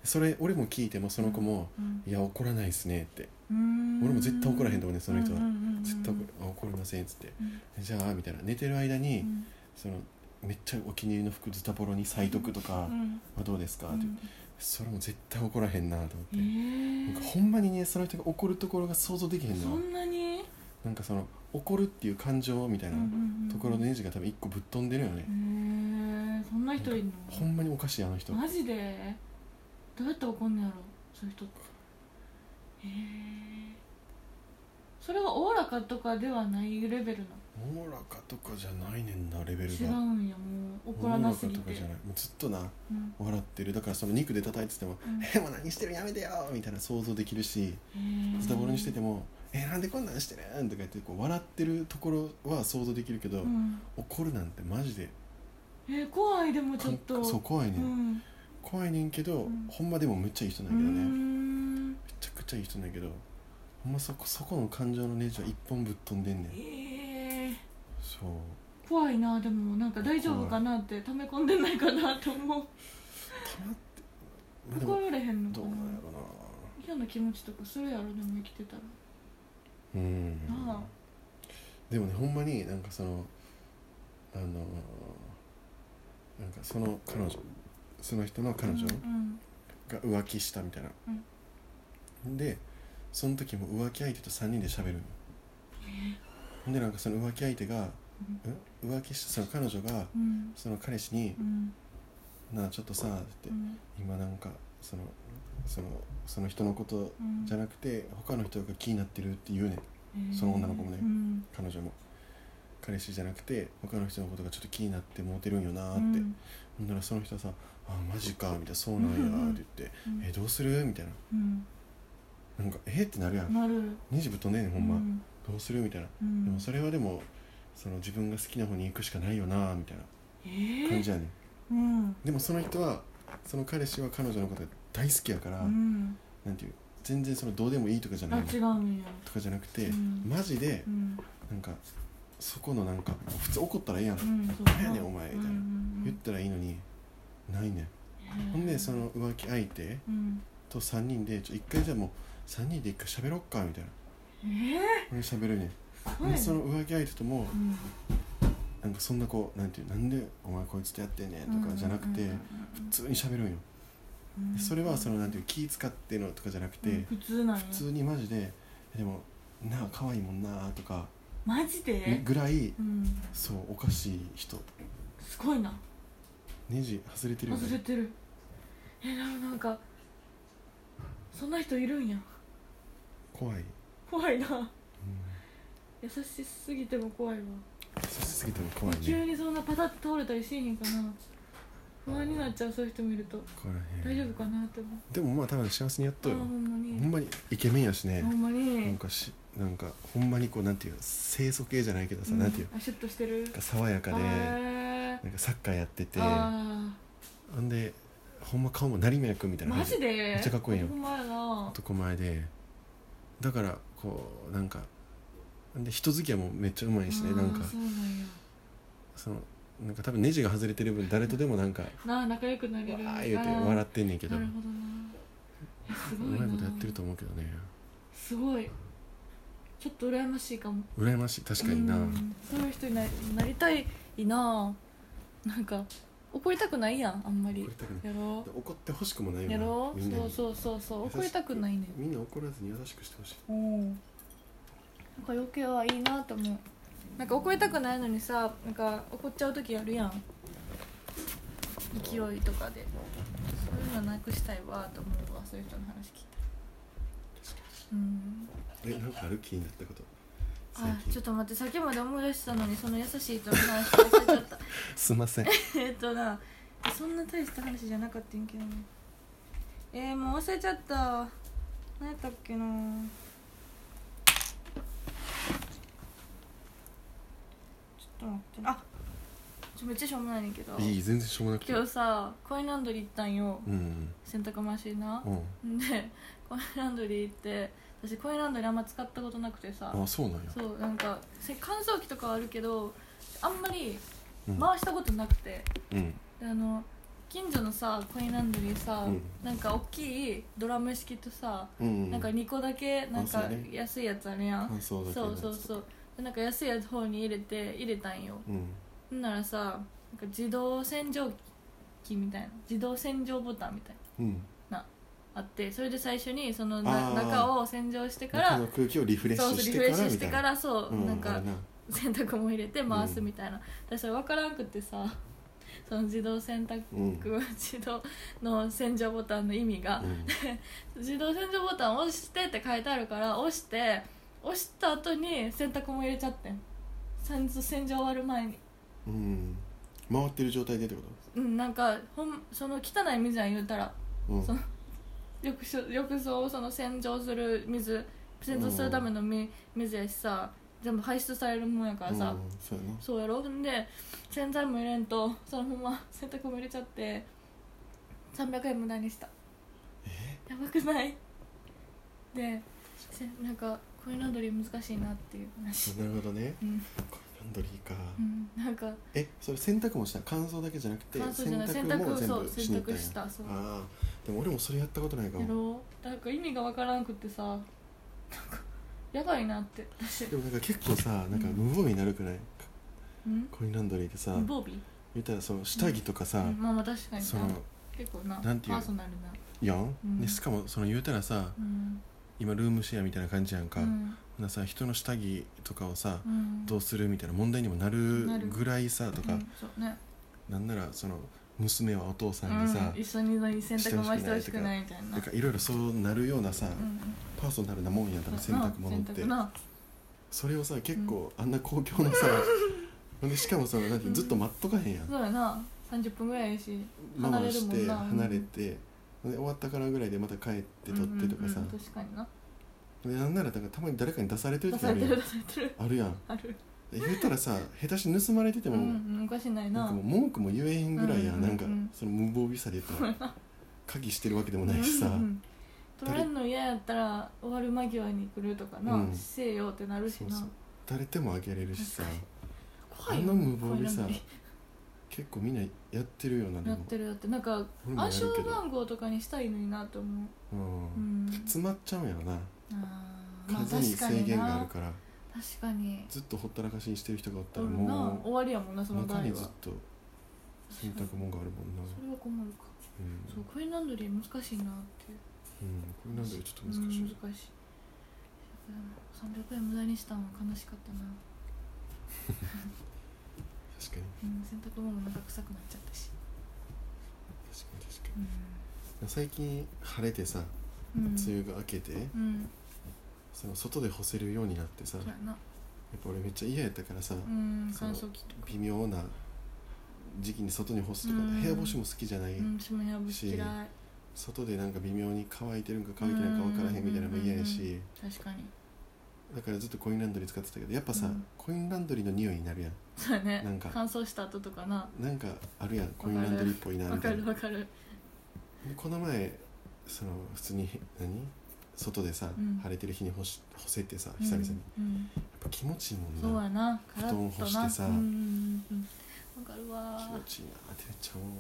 A: それ俺も聞いてもその子も
C: うん
A: 「いや怒らないですね」って
C: うん
A: 俺も絶対怒らへんと思うねその人は
C: うんうんうんうん
A: 絶対怒るあ怒りませんっつって
C: う
A: 「
C: ん
A: じゃあ」みたいな寝てる間
C: う
A: に
C: ん
A: そのめっちゃお気に入りの服ズタボロに咲いとくとか
C: うん
A: はどうですかって
C: うん
A: それも絶対怒らへんなと思って
C: え
A: なんか
C: ー
A: ほんまにねその人が怒るところが想像できへん
C: そ
A: の
C: んなに
A: なんかその怒るっていう感情みたいなところの
C: へ
A: ネジが多分一個ぶっ飛んでるよね
C: えそんな人いん
A: ほんまにおかしいあの人
C: のマジでどうやって怒んのやろそういう人ってへえそれはおおらかとかではないレベルな
A: おおらかとかじゃないねんなレベル
C: 違
A: が
C: うんやも
A: お
C: う怒
A: お
C: ら
A: ら
C: な
A: か
C: すぎ
A: と
C: て
A: かじゃないもうずっとな
C: うん
A: 笑ってるだからその肉で叩いてても
C: うん
A: 「えもう何してるやめてよ」みたいな想像できるし
C: へえ
A: ズタボロにしてても「えなんでこんなんしてるん?」とか言ってこう笑ってるところは想像できるけど、
C: うん
A: 怒るなんてマジで
C: えー怖いでもちょっと
A: そう怖いね、、
C: うんん
A: 怖いねんけど、
C: うん
A: ほんまでもめっちゃいい人な
C: うん
A: やけどね、め
C: ん
A: ちゃくちゃいい人なんやけどほんまそこそこの感情のネジは一本ぶっ飛んでんねん
C: えー
A: そう
C: 怖いなでもなんか大丈夫かなって溜め込んでないかなと思う
A: たまって、まあ、で
C: 怒
A: も
C: られへんの
A: ど
C: か
A: う
C: な
A: なんやろな
C: 嫌な気持ちとかするやろでも生きてたら
A: うん
C: なあ
A: でもねほんまになんかそのあのーなんかその彼女その人の彼女
C: うん
A: が浮気したみたいな、でその時も浮気相手と3人で喋るのほんでなんかその浮気相手が、ん浮気したその彼女が
C: うん
A: その彼氏に
C: うんう
A: 「
C: ん
A: なあちょっとさ」って
C: う、ん
A: 今なんかそのそのその人のこと
C: うん
A: じゃなくて他の人が気になってるって言うねん
C: えー
A: その女の子もね
C: うん
A: 彼女も彼氏じゃなくて他の人のことがちょっと気になってモテるんよなー
C: う
A: っ
C: ん
A: て、ほんならその人はさ「あマジか」みたいな「そうなんや」って言って
C: う
A: 「
C: ん
A: えどうする?」みたいな
C: うん
A: なんか「えっ?」てなるやん
C: なる
A: ネジぶっ飛んでんねんほんま、
C: うん
A: どうするみたいな、
C: うん
A: でもそれはでもその自分が好きな方に行くしかないよなーみたいな
C: え
A: 感
C: ー
A: じやねん
C: うん
A: でもその人はその彼氏は彼女のことが大好きやから、
C: うん
A: なんていう全然そのどうでもいいとかじゃ
C: あ
A: ないの
C: 違うんや
A: とかじゃなくて、
C: うん
A: マジで
C: うん
A: なんかそこのなんか普通怒ったらええやん、
C: うんそう
A: 何やねんお前みたいな言ったらいいのにないねん、ほんでそ
C: の
A: の浮気相手
C: うん
A: と3人でちょ一回じゃあもう3人で一回喋ろっかみたいな
C: え
A: 俺喋るね
C: ー、
A: で
C: す
A: そ
C: ごい
A: の
C: ね
A: 浮気相手とも
C: うん
A: なんかそんなこうなんていうなんでお前こいつとやってんねんとかじゃなくて普通に喋るんよでそれはそのなんていう気使ってのとかじゃなくて、
C: うん普通なんや
A: 普通にマジで「えでもなあ可愛いもんな」とか
C: マジで、
A: ぐらい
C: うん、
A: そうおかしい人
C: すごいな
A: ネジ外れてるよ
C: 外れ
A: ね
C: てるえでもなんかそんな人いるんや
A: 怖い、うん、
C: 怖いな優しすぎても怖いわ、
A: 優しすぎても怖い
C: 急
A: ね
C: にそんなパタッと倒れたりしへんかな不安になっちゃうそういう人見ると
A: 怖いね
C: 大丈夫かなって思う
A: でもまあ多分幸せにやっと
C: あ
A: る
C: ほ
A: よ
C: んま
A: ほん
C: に
A: まにイケメンやしね
C: ほんま
A: なん
C: に
A: かしなんかほんまにこうなんていう清楚系じゃないけどさ、
C: うん
A: なんていう
C: あシュッとしてる
A: なんか爽やかでな
C: へ
A: んかサッカーやってて
C: ーあ
A: ほんでほんま顔も成宮君みた
C: ー
A: いな
C: マジでめ
A: っちゃかっこいいよ
C: ほんまやな
A: 男前でだからこうなんかで人付き合いもめっちゃうまいしね
C: あー
A: なんか
C: そうなんや
A: そのなんか多分ネジが外れてる分誰とでもなんか
C: なあ仲良くなれる
A: わー言うて笑ってんねんけど
C: な
A: う
C: るほどなえすごい
A: ま
C: な
A: いことやってると思うけどね
C: すごいちょっと羨ましいかも
A: 羨ましい確かにな
C: うんそういう人にななりたいななんか怒りたくないやんあんまり
A: 怒りたくない
C: やろ
A: 怒ってほしくもないうよな
C: やろう
A: みんな
C: そう
A: に
C: そうそうそう怒りたくないねん
A: みんな怒らずに優しくしてほしい
C: うんなんか余計はいいなと思うなんか怒りたくないのにさなんか怒っちゃう時やるやん勢いとかでそういうのなくしたいわと思うわそういう人の話聞いたらうん
A: えなんかある気になったこと最
C: あ
A: 近
C: ちょっと待ってさっきまで思い出してたのにその優しい人の話忘れちゃった
A: すいません
C: えっとなそんな大した話じゃなかったんやけどねえー、もう忘れちゃった何やったっけなちょっと待ってなあちょめっちゃしょうもないねんけど
A: いい全然しょうもなくて
C: 今日さコインランドリー行ったんよ
A: うん
C: 洗濯回しな
A: うん
C: でコインランドリー行って私コインランドリーあんま使ったことなくてさ
A: あそうなんや
C: そうなんかせ乾燥機とかはあるけどあんまり
A: うん
C: 回したことなくて、
A: うん
C: であの近所のさコインランドリーさ、
A: うん
C: なんか大きいドラム式とさ、
A: うん
C: なんか2個だけなん
A: あそ
C: か
A: うね
C: 安いやつあるやん、
A: 感想だけ
C: そ
A: の
C: う
A: やつ
C: そうそうでなんか安いやつ方に入れて入れたんよ
A: うん
C: ほんならさなんか自動洗浄機みたいな自動洗浄ボタンみたい
A: うん
C: なあってそれで最初にその
A: あ
C: な
A: ー
C: 中を洗浄してか
A: 中
C: ら
A: の空気をリフレッシ
C: そう
A: ュ
C: リ
A: し
C: フ
A: て
C: レ
A: か
C: ッシ
A: ら
C: ュ
A: み
C: して
A: たい
C: か
A: な
C: らそう、
A: うん
C: なん
A: あ
C: か
A: れ
C: 洗濯も入れて回すみたいな、私それ分からんくってさその自動洗濯、
A: うん
C: 自動の洗浄ボタンの意味が
A: う、ん
C: 自動洗浄ボタン押してって書いてあるから押して押した後に洗濯も入れちゃってん洗洗浄終わる前に
A: うん回ってる状態でってこ
C: うんなんかほんその汚い水やん言うたら
A: とうん
C: そう浴槽浴槽をその洗浄する水洗浄するためのみ、水やしさ全部排出されるもんやからさ、
A: うんそうやな
C: そうやろんで洗剤も入れんとそのまま洗濯も入れちゃって300円無駄にしたやばくないでせなんかコインランドリー難しいなっていう話
A: なるほどね
C: うん、
A: コインランドリーか
C: うん、なんか
A: えそれ洗濯もした乾燥だけじゃなくて
C: 乾燥じゃない洗
A: 洗も
C: 濯
A: 全
C: そう
A: 部
C: 洗
A: しに行ったん
C: 濯
A: や
C: したそうや
A: ああでも俺もそれやったことないかも
C: ろうなんか意味がわからんくってさなんかやばいなって私
A: でもなんか結構さなんか無防備になるくない
C: うん
A: コインランドリーってさ
C: 無防備
A: 言ったらその下着とかさ
C: うんまあまあ確かに
A: そ
C: な
A: の
C: 結構な
A: なんていう
C: パーソナルな
A: やん
C: うん
A: でしかもその言うたらさ
C: うん
A: 今ルームシェアみたいな感じやんか
C: う
A: ほ
C: ん
A: なさ人の下着とかをさ
C: うん
A: どうするみたいな問題にもなる
C: なる
A: ぐらいさと
C: う
A: か
C: んそうね
A: なんならその娘はお父さんにさ
C: うん、一緒に洗濯回してほしくないみたいな
A: なんかいろいろそうなるようなさ
C: うん
A: パーソナルなもんやったら洗濯物っ
C: 洗
A: て
C: 濯な
A: それをさ結構あんな公共のさ ほんでしかもそのなんていうずっと待っとかへんやん
C: そうやな30分ぐらいやし
A: ママし
C: 離れ
A: て
C: るもんな
A: 離れてで終わったからぐらいでまた帰って撮ってとかさ
C: うんうんうん確かにな
A: でなんならだからたまに誰かに出されてる
C: 出
A: 時
C: さ
A: あ
C: れ
A: る
C: て
A: やん
C: る出されてる
A: あるやん
C: ある
A: 言ったらさ下手して盗まれてて
C: うん
A: も
C: うんおかしない
A: なん
C: な
A: かもう文句も言えへんぐらいや
C: うんんうん
A: な
C: うん
A: んかその無防備さで言ったら鍵してるわけでもないし
C: うん
A: さ
C: うん取られるの嫌やったら終わる間際に来るとかな、
A: うん
C: せえよってなるし
A: そう
C: な
A: そう誰でもあげれるしさ
C: 確かに怖い
A: あの無謀にさ
C: 怖いな
A: 結構みんなやってるよなで
C: や
A: も
C: ってるやってるなんか
A: 俺もや
C: 暗
A: るけど
C: 証番号とかにしたいのになと思
A: う、
C: う、うんん、
A: 詰まっちゃうんやろな
C: あーまあ
A: 数に制限がある
C: 確
A: か
C: か
A: ら、
C: にな確かに
A: ずっとほったらかしにしてる人がおった
C: お
A: ら
C: るな
A: も
C: 終わりやもんな
A: う
C: その場合
A: 中
C: は
A: にずっと洗濯物があるもんな
C: それは困るか
A: うん
C: そうコインランドリー難しいなっていう
A: うん、これなんだよちょっと難しい、
C: うん難しい300円無駄にしたのは悲しかったな、
A: 確かに
C: うん、洗濯物もなんか臭くなっちゃったし、
A: 確かに確か
C: う
A: に最近晴れてさ
C: んうん、
A: 梅雨が明けて、
C: うん
A: その外で干せるようになってさ、
C: そう
A: やっ
C: やな
A: ぱ俺めっちゃ嫌やったからさ、
C: うん
A: そ
C: 乾
A: の
C: 燥機とか
A: 微妙な時期に外に干すとか、
C: うん
A: 部屋干しも好きじゃない、
C: うんしもやぶし嫌い
A: 外でなんか微妙に乾いてるんか乾いてないか分からへんみたいなのも嫌やし、
C: 確かに
A: だからずっとコインランドリー使ってたけどやっぱさ、
C: うん
A: コインランドリーの匂いになるやん
C: そうやね
A: なんか
C: 乾燥した後とかな
A: なんかあるやんコインランドリーっぽいな
C: わ
A: みた
C: か
A: いな
C: るわかる
A: でこの前その普通に何外でさ、
C: うん
A: 晴れてる日に干し干せてさ久々に、やっ
C: うん
A: ぱ気持ちいいもん
C: そ
A: な
C: うやなカ
A: 布
C: ラッと
A: 団
C: な
A: 干してさ
C: うんうんうんわかるわ
A: 気持ちいいなってめっちゃ思うな、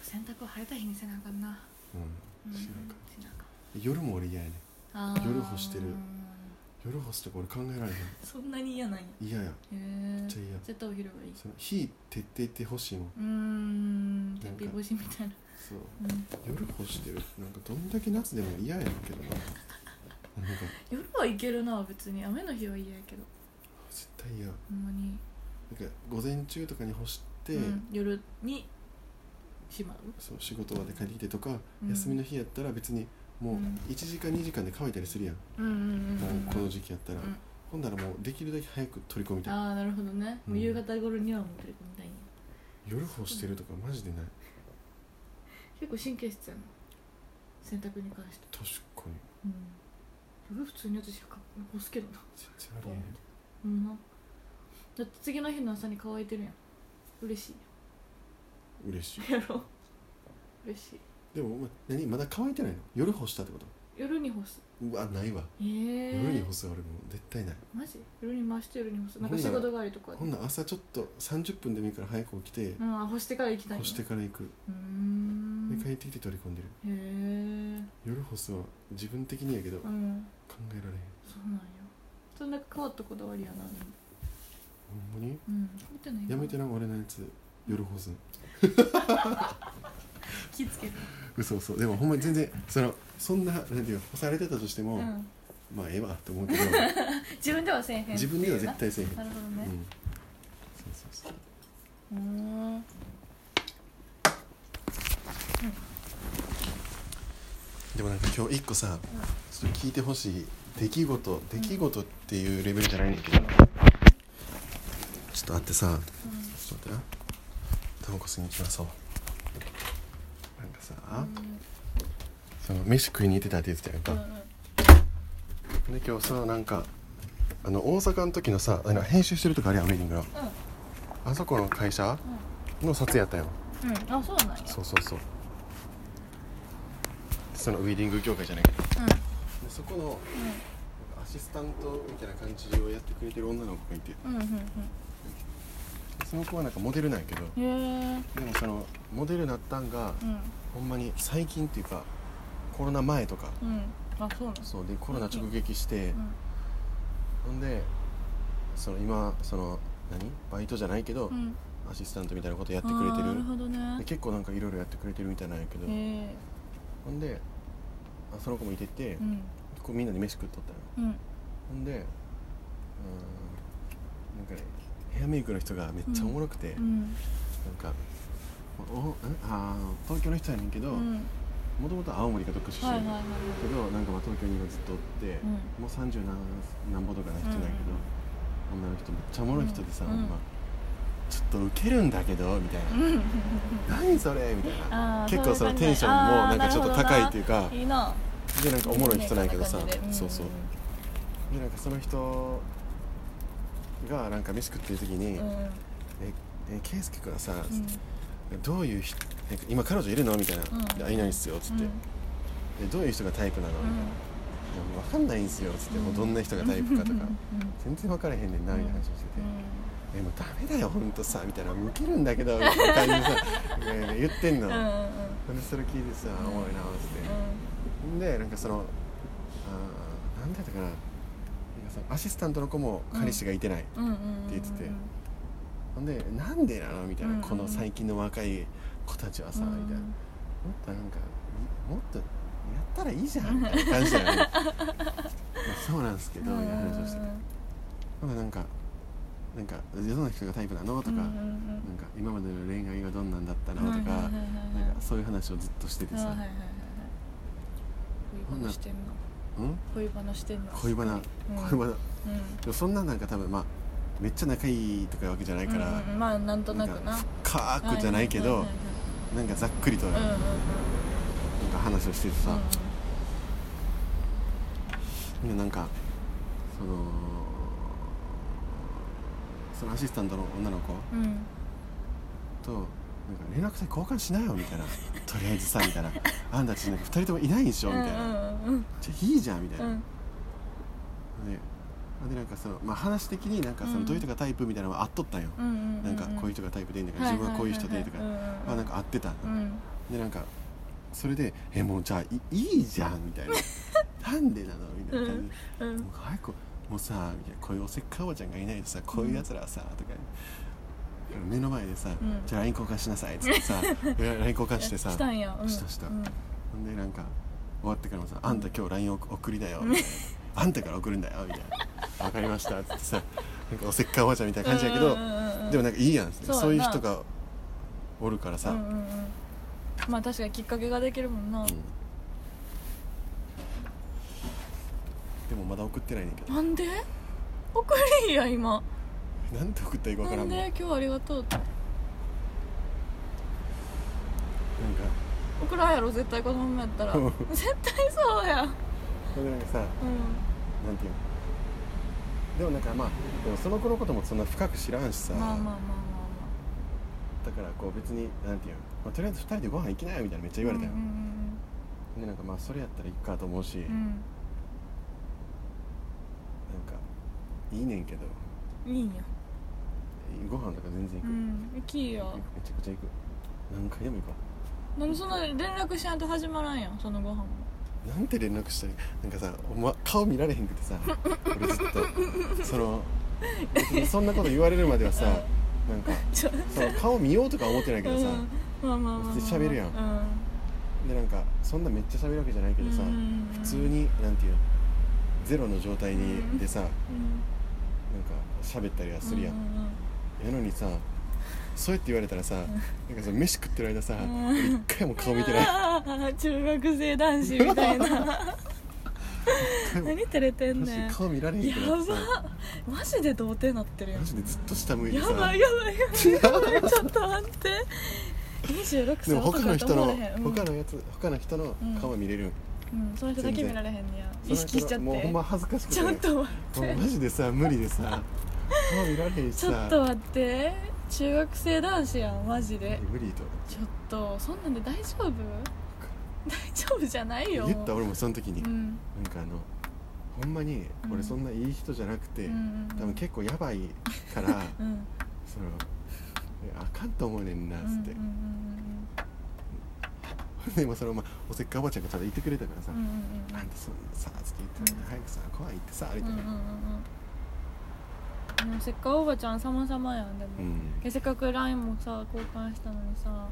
C: 洗濯は晴れた日にせなあかんな
A: うんしなんか
C: しなあかん
A: 夜も俺嫌やね
C: あー
A: 夜干してる夜干すとか俺考えられへ
C: そんなに嫌なんや
A: ん嫌や
C: へえ
A: めっちゃ嫌
C: 絶対お昼がいい
A: その火徹底ってほしいもん
C: うーん天日干しみたいな
A: そう
C: うん
A: 夜干してるなんかどんだけ夏でも嫌やねんけどななんか
C: 夜はいけるな別に雨の日は嫌やけど
A: 絶対嫌なん
C: ほんまに
A: か午前中とかに干して、
C: うん夜にしまう
A: そう仕事終わって帰ってきてとか、
C: うん
A: 休みの日やったら別にもう
C: うん
A: 1時間2時間で乾いたりするやん、
C: うんうんうんうん
A: もうこの時期やったら、
C: うん
A: ほんならもうできるだけ早く取り込みたい
C: ああなるほどね、
A: うん
C: もう夕方頃にはもう取り込みたいんや
A: 夜干してるとかマジでない
C: 結構神経質やな洗濯に関して
A: 確かに
C: うん夜普通に私か干すけどな
A: 全然ありえへん
C: うんなだって次の日の朝に乾いてるやん嬉しい
A: 嬉しい
C: やろ嬉しい
A: でもお前何まだ乾いてないの夜干したってこと
C: 夜に干す
A: うわないわ、
C: ええー、
A: 夜に干す俺もう絶対ない
C: マジ夜に回して夜に干すなん
A: ほん
C: か
A: な
C: 仕
A: ら
C: 事帰りとかで
A: ほんなら朝ちょっと30分でもいいから早く起きて、
C: うんあ干してから行きたいん
A: 干
C: や
A: してから行く、
C: うーん
A: で帰
C: へ
A: ってきて取り込んでる
C: えー、
A: 夜干すは自分的にやけど、
C: う
A: 考
C: ん
A: えられへん
C: そうなんやそんな変わったこだわりやなでも
A: ほんまに
C: うん見てない
A: やめてな俺のやつ夜干す
C: 気つけて
A: 嘘嘘でもほんまに全然そのそんななんていうの干されてたとして
C: う
A: も、
C: ん
A: まあええわと思う けど
C: 自分ではせえへんっていうな
A: 自分では絶対せえへん、
C: なるほど
A: うん
C: ね
A: そうそうそう
C: うーんうん
A: でもなんか今日一個さちょっと聞いてほしい出来事出来事っていうレベルじゃないねんだけど、ちょっとあってさちょっと待ってなタバコ吸いに行きましょうなんかさ、その飯食いに行ってたって言ってたやんか、
C: うんうん
A: で今日さなんかあの大阪の時のさあの編集してるとこあるやんウェディングのあそこの会社の撮影やったよ
C: うんうんあそうなんや
A: そうそうそうそのウェディング業界じゃないけどで
C: うん
A: そこのアシスタントみたいな感じをやってくれてる女の子がいて
C: うんうんうん
A: その子はなんかモデルなんやけど
C: うんへえ
A: でもそのモデルなったんが
C: うん
A: ほんまに最近っていうかコロナ前とか
C: うんあそうなん
A: そうでコロナ直撃してほんでその今その何バイトじゃないけど、
C: うんうん
A: アシスタントみたいなことや
C: や
A: ってくれて
C: な
A: る
C: るほど
A: で
C: ね
A: 結構なんかいろいろやってくれてるみたいなんやけど
C: へえ
A: ほんであその子もいてて、
C: うん
A: こうみんなで飯食っとったの
C: うん
A: ほんでうーんなんかねヘアメイクの人がめっちゃおもろくて、
C: う
A: なん
C: ん
A: かおおんあー東京の人やねんけど
C: うん
A: もともと青森がどっか出身
C: はい
A: や
C: は
A: ね
C: い
A: ん
C: はい
A: け
C: はい
A: ど、なんかまあ東京に今ずっとおって、
C: うん
A: もう30何何歩とかな人なんやけど、女の人めっちゃおもろい人でさ、
C: うん
A: ほんまちょっとウケるんだけどみたいな
C: うんうん
A: 何それみたいな
C: あー
A: 結構その
C: そういう感じ
A: テンションもなんかちょっと
C: あーなるほどな
A: 高いっていうか
C: うんいいな
A: でなんかおもろい人なんやけどさ
C: いいねこんな感じでん
A: そうそうでなんかその人がなんか飯食ってる時に
C: うん
A: 「ええ圭介君はさ
C: うん
A: どういう人なんか今彼女いるの?」みたいな
C: うん
A: 「であいないんすよ」っつって
C: うん
A: 「えどういう人がタイプなの?」みたいな
C: う
A: 「いやもう分かんないんすよ」っつって「
C: うん
A: もうどんな人がタイプか」とか
C: んうん
A: 全然分からへんねんなみたいな話をしてて
C: うん
A: えもうダメだよほんとさ」みたいな「向けるんだけど」みたいな感じで さね言ってんの、
C: うんうんうん
A: ほんでそれ聞いてさ「おもろいな」っつって。でなんかそのあーなんだったかななんかそのアシスタントの子も彼氏がいてない、
C: うんうんうん
A: って言っててほんで「なんでなの?」みたいな、
C: うんうん
A: この最近の若い子たちはさ、
C: うん
A: みたいなもっとなんかもっとやったらいいじゃんみたいな感じだよ ねまあそうなんですけど、
C: うん
A: みたいな話をして
C: う
A: て
C: んうん
A: ほんでなんかなんか「どんな人がタイプなの?」とか、
C: うんうん
A: なん
C: うん
A: か「今までの恋愛はどんなんだったの?」
C: はい
A: とか、
C: はいはいはいはい
A: なんかそういう話をずっとしてて
C: あ
A: さ
C: はいはいはいはい恋バナしてんの
A: 「うん
C: 恋バナしてんの
A: 恋バナ恋バナ」
C: うん
A: でもそんななんか多分まあめっちゃ仲いいとかいうわけじゃないから、
C: うんうんまあなんとなくな
A: なんか深くじゃないけど、
C: はいはい
A: なんかざっくりと
C: はいはいうん
A: なんか話をしててさ、でなんかそのそのアシスタントの女の子
C: うんうんうん
A: となんか連絡先交換しなよみたいなとりあえずさみたいなあんたたちなんか2人ともいないでしょみたいな、
C: うんうん
A: じゃあいいじゃんみたい
C: うんう
A: な、
C: んうん
A: ででなんかその、まあ、話的になんかその
C: うん
A: どういう人がタイプみたいなのはあっとったんよ、
C: うんうん
A: なんかこういう
C: 人
A: 人がタイプでいいんだから自分はこういう人でいいとか、あなん
C: か
A: か合ってた、
C: うん
A: でなんかそれで「えもうじゃあいいいじゃん」みたい な「なんでなの?」みたいな感じで「
C: う
A: も
C: ん
A: う早くもうさ」みたいなこういうおせっかいおばちゃんがいないとさこういうやつらはさ、とか目の前でさ「
C: ん
A: じゃあ LINE 交換しなさい」っつって さ LINE 交換してさ
C: したんやうん
A: したした
C: うん
A: ほんでなんか終わってからもさ「あんた今日 LINE を送りだよ」みたいな「あんたから送るんだよ」みたいな「わかりました」っつってさなんかおせっかいおばちゃんみたいな感じやけど、
C: うんうんうんうん
A: でもなんかいいやんっつって
C: そうやな
A: そういう人がおるからさ、
C: うんうんうんまあ確かにきっかけができるもんな
A: でもまだ送ってないねん けど
C: なんで送りんや今
A: なんて送ったらいいかわか
C: な
A: らん
C: ん
A: もんなん
C: で
A: か
C: 今日ありがとうって送らんやろ絶対このままやったら絶対そうやんうん
A: ほんでなんかさなんていうのでもなんかまあでもその子のこともそんな深く知らんしさ、
C: まあまあまあまあ
A: だ
C: ま
A: からこう別になんていうの、まあ、とりあえず2人でご飯行きなよみたいなめっちゃ
C: あ
A: 言われたよ、
C: うん
A: でなんかまあそれやったらいっかと思うし、
C: うんう
A: なんか
C: ん
A: いいねんけど
C: うんいいんや
A: ご飯とか全然行
C: う
A: く、
C: ん行きいい
A: 行
C: よ
A: くめちゃくちゃ行く何回でも行こ
C: なんでそんな連絡しないと始まらんやんそのご飯も
A: うなんて連絡したらいいなんかさお、ま、顔見られへんくてさ俺ずっとそ の別にそんなこと言われるまではさなんか
C: ちょ
A: その顔見ようとか思ってないけどさ、
C: うんまあまあまあまあ
A: 普通に喋るやんでなんかそんなめっちゃ喋るわけじゃないけ
C: うん
A: どさ、
C: うん
A: 普通になんていうのゼロの状態に、
C: うん
A: でさなんか
C: うん
A: 喋ったりはするやん、
C: う
A: やのにさそうやって言われたらさ、なんかその飯食ってる間さ、
C: ん
A: 俺一回も顔見てない
C: あー中学生男子みた いな
A: 一回も
C: 何照れてん
A: マジ
C: ね
A: で
C: ん
A: 顔見られへんくなってさ
C: やマジで童貞なってるやん
A: マジでずっと下向いて
C: や
A: さ
C: ばいやばいやばいやばいちょっと待って26歳
A: でも他の人の
C: 男やと思われ
A: 他
C: へん
A: のやつ他の人の顔は見れる、
C: うん、うん、その人だけ見られへんねや意識しちゃって
A: もうほんま恥ずかしくて
C: ちょっと待っ
A: もう
C: て
A: マジでさ無理でさ顔見られへんし
C: ち
A: さ
C: ょっと待って中学生男子やんマジで
A: 無理と
C: ちょっとそんなんで大丈夫大丈夫じゃないよ
A: 言った俺もその時に、
C: うん
A: なんかあのほんまに
C: うん
A: 俺そんないい人じゃなくて、
C: うんうんうん
A: 多分結構やばい から
C: うん
A: そのえあかんと思うねんなっ
C: うんう
A: つ
C: ん
A: って、
C: うん
A: でもそのまあおせっかいおばちゃんがただ言ってくれたからさ「
C: うんうんうん
A: あんたそんなさ」つって言って、
C: うん
A: 早くさ怖いってさ」み
C: うん
A: たい
C: うん
A: な、
C: うんうんでもせっかくおばちゃん様々やんでも、
A: うん
C: えせっかく LINE もさ交換したのにさ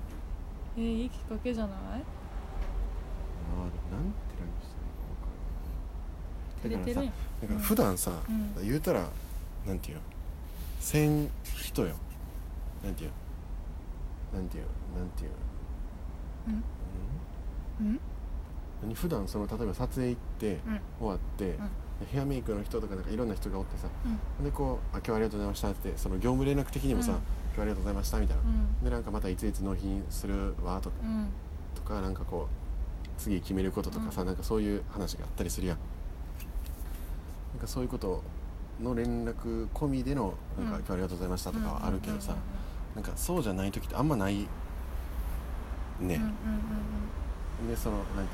C: えいいきっかけじゃない
A: ああでもなんて LINE したのか分
C: 照れて
A: からん
C: るやん
A: だからさなんか普段さ、
C: うん
A: 言うたらなんていうの1000人よなんていうのなんていうのなんていうの
C: うん
A: うん
C: うん
A: 何普段その例えば撮影行って、
C: うん
A: 終わって、でヘアメイクの人とかなんかいろんな人がおってさ、でこう「あ今日はありがとうございました」ってその業務連絡的にもさ「
C: うん
A: 今日はありがとうございました」みたいな、
C: うん
A: でなんかまたいついつ納品するわとか,、
C: うん
A: とかなんかこう次決めることとかさ、
C: う
A: なんかそういう話があったりするやんなんかそういうことの連絡込みでの「なんか
C: うん
A: 今日はありがとうございました」とかはあるけどさ、
C: うん
A: なんかそうじゃない時ってあんまないね、
C: うんうん
A: でそのなんていうの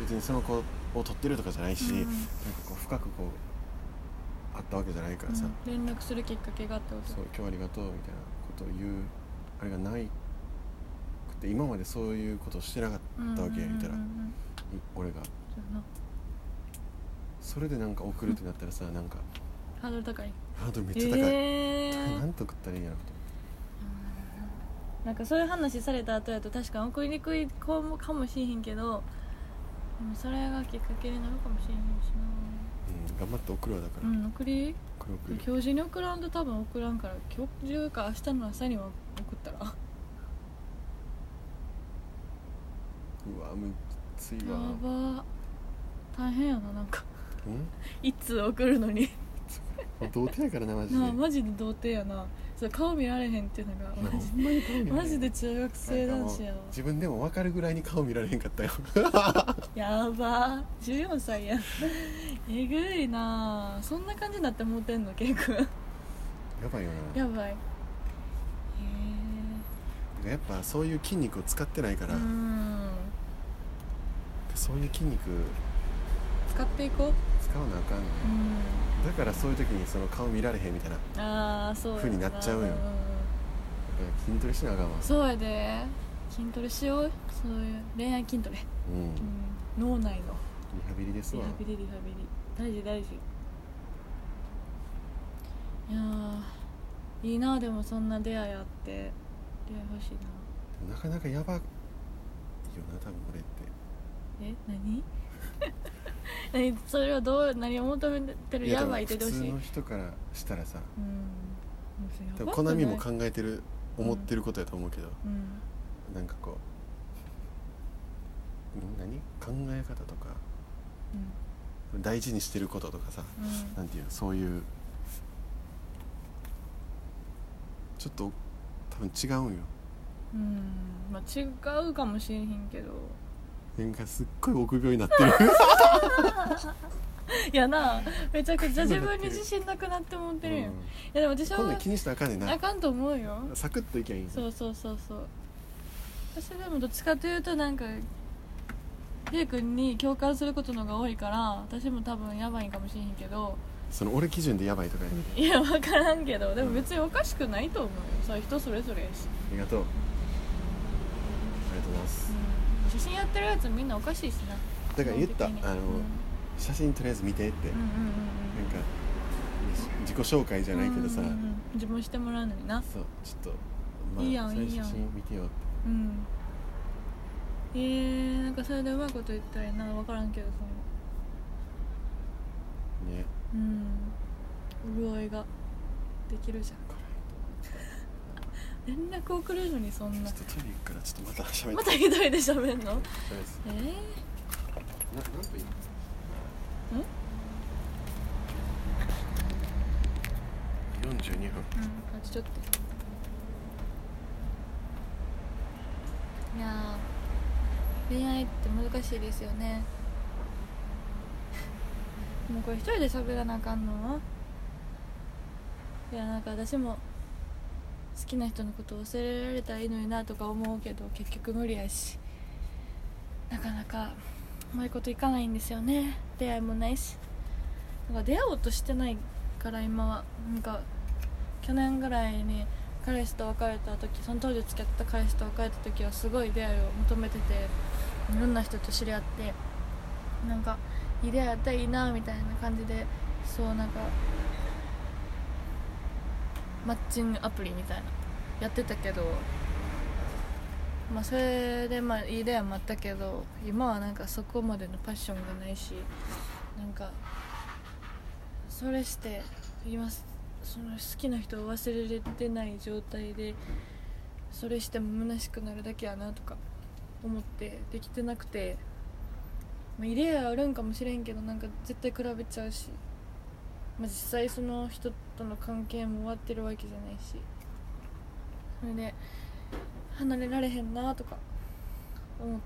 A: 別にその子を撮ってるとかじゃないし、
C: うんう
A: な
C: ん
A: んかこう深くこうあったわけじゃないからさ、
C: 連絡するきっかけがあってこと
A: そう今日はありがとうみたいなことを言うあれがないくて今までそういうことをしてなかったわけや言うたらい
C: うんうんうんうん
A: 俺が
C: そうやな
A: それでなんか送るってなったらさなんか
C: ハードル高い
A: ハードルめっちゃ高い、
C: えー
A: なんと送ったらいいんやろと
C: なんかそういう話された後やと確かに送りにくい子もかもしれへんけどでもそれがきっかけになるかもしれへんし
A: うん、頑張って送るわだから、
C: なうん送り
A: これ送る
C: 今日中に送らんと多分送らんから今日中か明日の朝には送ったらや
A: うわむっついわ
C: ば大変やななんか
A: うん
C: いつ送るのに
A: もう童貞やからなマジで
C: なあマジで童貞やなそう顔見られへんっていうのがマジ
A: ほんまに頼むよね
C: マジで中学生男子やわ
A: なんかもう自分でも分かるぐらいに顔見られへんかったよ
C: やば14歳や えぐいなそんな感じになってもうてんのケイ君
A: やばいよなや
C: やばいへ
A: っぱそういう筋肉を使ってないか
C: え
A: ら、
C: うん
A: そういう筋肉
C: 使っていこ
A: 使わなあかんね、
C: ううん
A: だからそういう時にその顔見られへんみたいなだか
C: ああそうや
A: ふうになっちゃうよ
C: ん
A: ら筋トレしなあかんわ
C: そうやで筋トレしようそういう恋愛筋トレ、
A: うん、リ
C: うん、脳内の
A: ハビリです
C: リ
A: わ
C: ハビリリハビリ大事大事いやーいいなでもそんな出会いあって出会い欲しいな
A: なかなかやばいよな多分俺って
C: え何 何それはどう何を求めてるやばいってどうし
A: 普通
C: い
A: の人からしたらさ
C: うん
A: 多分コナミも
C: か
A: 考えてる思ってることやと思うけど、
C: うん
A: なんかこうん何考え方とか
C: うん
A: 大事にしてることとかさ
C: うん
A: なんていうのそういうちょっと多分違うんよ
C: うんまあ違うかもしれへんけど
A: なんかすっごい臆病になってる
C: いやなめちゃくちゃ自分に自信なくなって思ってるんや、
A: うん
C: いやでも私
A: こんなん
C: は
A: 気にしたらあかんねん
C: あ
A: な
C: かんと思うよ
A: サクッといけばいいんよ
C: そうそうそうそう私でもどっちかというとなんかゆうくんに共感することのが多いから私も多分やばいんかもしれへんけど
A: その俺基準でやばいとかやめて
C: いや分からんけどでも別におかしくないと思うよそれ人それぞれやし、
A: ありがとうありがとうございます
C: うん、写真やってるやつみんなおかしいしな
A: だから言ったあ
C: 基本的に
A: の
C: うん
A: 写真とりあえず見てって
C: うん
A: なんか自己紹介じゃ
C: うんうんうん
A: ないけどさ
C: うんうんうん自分してもらうのにな
A: そうちょっと
C: いいやん
A: そうう
C: いいやん
A: 写真見てよって
C: うんえー、なんかそれでうまいこと言ったらなんか分からんけどさ
A: ね
C: うん潤いができるじゃん 連絡送るのにそ ん
A: ちょ
C: な
A: っとトイレ行くからちょっとまた喋
C: ま
A: って
C: た一人で
A: と
C: 喋んの
A: りあえず
C: えー
A: ななんと言うの42分
C: うん、あちょっといやー恋愛って難しいですよねもうこれ一人で喋らなあかんのいやなんか私も好きな人のことを忘れられたらいいのになとか思うけど結局無理やしなかなかうまいこといかないんですよね出会いもないしなんか出会おうとしてないから今はなんか去年ぐらいに彼氏と別れた時その当時付き合ってた彼氏と別れた時はすごい出会いを求めてていろんな人と知り合ってなんかいい出会いあったらいいなみたいな感じでそうなんかマッチングアプリみたいなやってたけどまあそれでまあいい出会いもあったけど今はなんかそこまでのパッションがないしなんかそれして今その好きな人を忘れれてない状態でそれしても虚しくなるだけやなとか思ってできてなくてまあ入れはあるんかもしれんけどなんか絶対比べちゃうし、まあ、実際その人との関係も終わってるわけじゃないしそれで離れられへんなとか思っ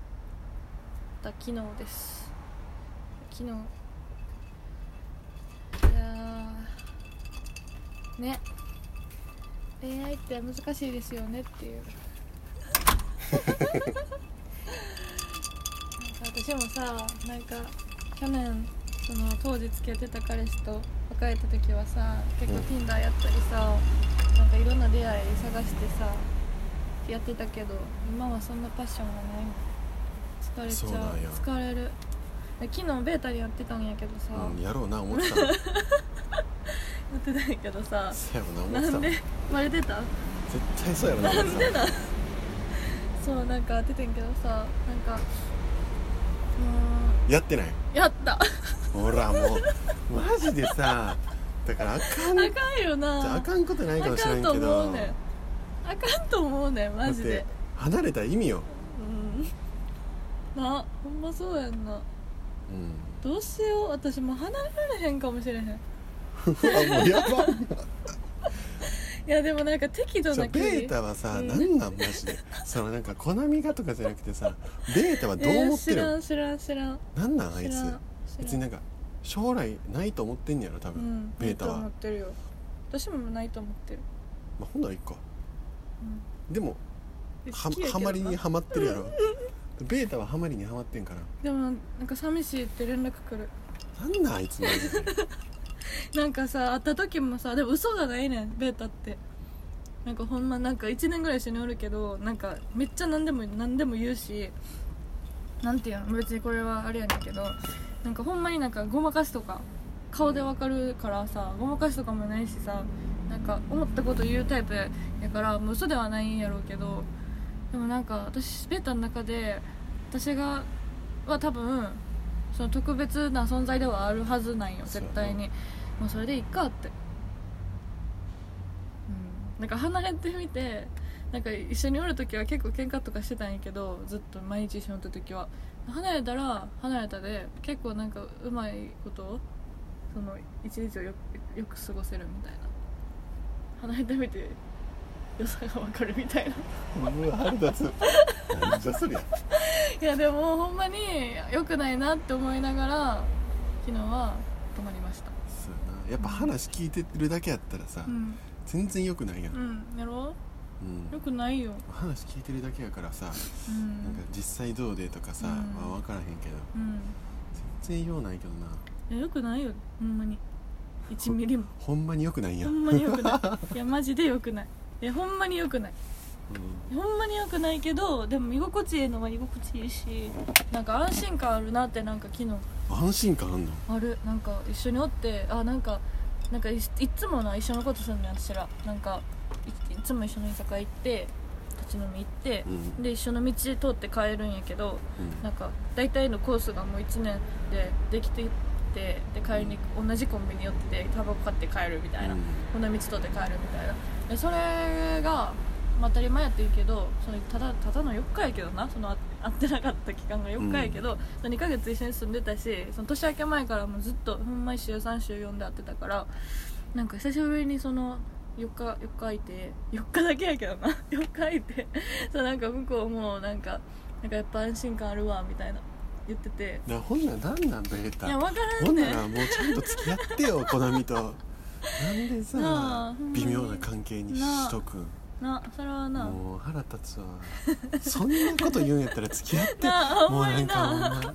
C: た昨日です昨日いやーね恋愛って難しいですよねっていうなんか私もさなんか去年その当時付き合ってた彼氏と別れた時はさ結構 Tinder やったりさなんかいろんな出会い探してさやってたけど今はそんなパッションがない
A: そ
C: 疲
A: う
C: れちゃ
A: な
C: うん
A: や
C: 疲れるで昨日ベータリーやってたんやけどさ、
A: うん、やろうな思 ってたの
C: やってたんやけどさ
A: そうやろうな思って
C: な
A: たの
C: んで
A: 絶
C: バレてた
A: 対そうやろうな思ってたの
C: そうなんか出てんけどさなんか
A: やってないう
C: ーんやったあ
A: ほらもうマジでさだからあかんじ
C: かんよな
A: ゃああかんことないか
C: あ
A: もし
C: か
A: れ
C: ん
A: ん
C: と
A: け
C: 思
A: ど
C: うねんあかんと思うねんマジ
A: だっ
C: で
A: て離れた意味よ、
C: うんなほんまそうやんな
A: うん、
C: どうしよう私もう離れられへんかもしれへんいう
A: わもうやば
C: やでもなんか適度
A: じゃあ
C: な
A: ベ
C: 距離
A: ータはさ、
C: うん
A: なんなんマジでそのなんかコナミがとかじゃなくてさベータはどう思ってる
C: えー知ら
A: の
C: ん知らん知らん
A: なんなんあい
C: 知
A: つ
C: らん
A: 別になん
C: か
A: か将来ないと思ってんやろ多
C: う
A: 分、
C: ん
A: ベータは、ま
C: ないと思ってるよ私もないと思ってる
A: あ、ほんならいっか
C: うん
A: でも
C: え
A: は
C: 好きやけ
A: ハ
C: どな
A: マりにはまってるやろベータはハマりにはまってんから
C: でもなんか寂しいって連絡来る
A: なんなんあいつマジで
C: なんかさ会った時もさでも嘘がないねんベータってなんかほんまなんか1年ぐらい一緒におるけどなんかめっちゃ何でも何でも言うしなんていうの別にこれはあれやねんけどなんかほんまになんかごまかしとか顔でわかるからさごまかしとかもないしさなんか思ったこと言うタイプやからもう嘘ではないんやろうけどでもなんか私ベータの中で私がは多分その特別な存在ではあるはずなんよ絶対にもうそれでいっかってうんなんか離れてみてなんか一緒におる時は結構喧嘩とかしてたんやけどずっと毎日一緒におった時は離れたら離れたで結構なんかうまいことその一日をよよく過ごせるみたいな離れてみて良さが分かるみたいな
A: うわ腹立つなんじゃそりゃ
C: いやでもほんまに良くないなって思いながら昨日は泊まりました
A: そうやなやっぱ話聞いてるだけやったらさ、
C: うん
A: 全然良くないやん、う
C: うんんやろ良くないよ
A: 話聞いてるだけやからさ、
C: う
A: なんか
C: ん
A: 実際どうでとかさ、
C: うん
A: まあ分からへんけど
C: うん
A: 全然ようないけどない
C: や良くないよほんまに1ミリも
A: ほんまに良くないんや、
C: ほ
A: うん
C: んまに良くな いいやマジで良くないいやほんまに良くないほんまに良くないけどでも居心地いいのは居心地いいしなんか安心感あるなってなんか昨日
A: 安心感あんの
C: あるなんか一緒におってあなんかなんかいいっつもな一緒のことするのよ私らなんかいいっつも一緒の居酒屋行って立ち飲み行って
A: う、ん
C: で一緒の道通って帰るんやけどなんか大体のコースがもう1年でできててで帰りに同じコンビニ寄ってタバコ買って帰るみたいな、
A: う
C: こんな道通って帰るみたいなでそれが、まあ、当たり前やってるけどそのただただの4日やけどなそのあ会ってなかった期間が4日やけど、その2ヶ月一緒に住んでたしその年明け前からもうずっとほんまに週3週4で会ってたからなんか久しぶりにその4日4日空いて4日だけやけどな 4日空いてそうなんか向こうもなんかなんかやっぱ安心感あるわみたいな言ってて
A: ん、なほんならなんなんベー
C: い
A: タ
C: や分から
A: ほ
C: ん
A: ん
C: ね
A: ならもうちゃんと付き合ってよコナミとなんでさ
C: なあほんま
A: 微
C: に
A: 妙な関係にしとくん
C: なそれはな
A: もう腹立つわそんなこと言うんやったら付き合って
C: なあほ
A: もう
C: んま
A: な
C: に
A: んか
C: な
A: ほんま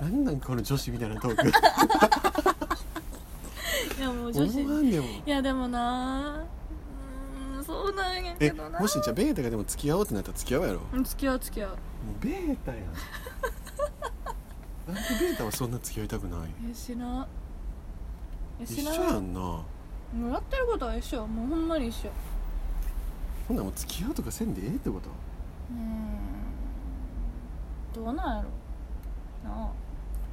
A: なんなんこの女子みたいなトーク
C: いやも う女子
A: 思わんでも
C: いやでもなうーんそうなんやけ
A: え
C: どな
A: もしじゃあベータがでも付き合おうってなったら付き合うやろも
C: うん付き合う付き合う
A: うベータやんなんでベータはそんな付き合いたくない
C: えしなえ
A: 一
C: しな
A: 緒やんなほ
C: もうやってることは一緒もうほんまに一緒
A: んならもう付き合うとかせんでええってこと
C: うーんどうなんやろなあ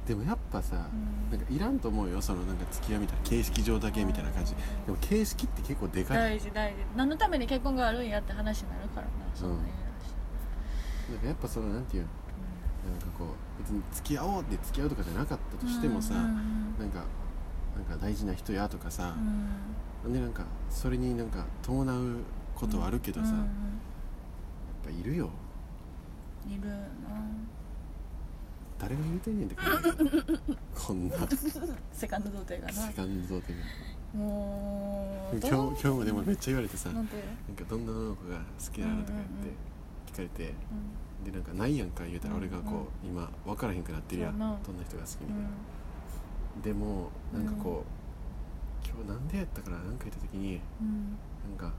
A: でもやっぱさ、
C: うん
A: なんかいらんと思うよそのなんか付き合いみたいな形式上だけみたいな感じでも形式って結構でかい
C: 大事大事何のために結婚があるんやって話になるからなそんなん言う
A: なんかやっぱそのなんていうのなんかこう別に付き合おうって付き合うとかじゃなかったと
C: らし
A: してもさ、
C: うん
A: なんかなんか大事な人やとかさ
C: う、ん
A: でなんかそれになんか伴うことはあるけどさ、
C: う
A: やっ
C: ん
A: ぱいるよ
C: いるよな
A: 誰が言うてんねんって感じだけどこんな
C: セカンド童貞が
A: セカンド的な
C: なもう
A: 今日
C: どう
A: 今日 もでもめっちゃ言われてさ、
C: なんていう
A: なんかどんな女の子が好きなのとか言っ
C: うんうんうん
A: て聞かれて、
C: うん
A: でなんかないやんか言うたら俺がこう、今分からへんくなってるやん、
C: そうやな
A: どんな人が好きみたい
C: うん
A: な、でもなんかこう、今日なんでやったかななんか言った時に
C: うん
A: なんか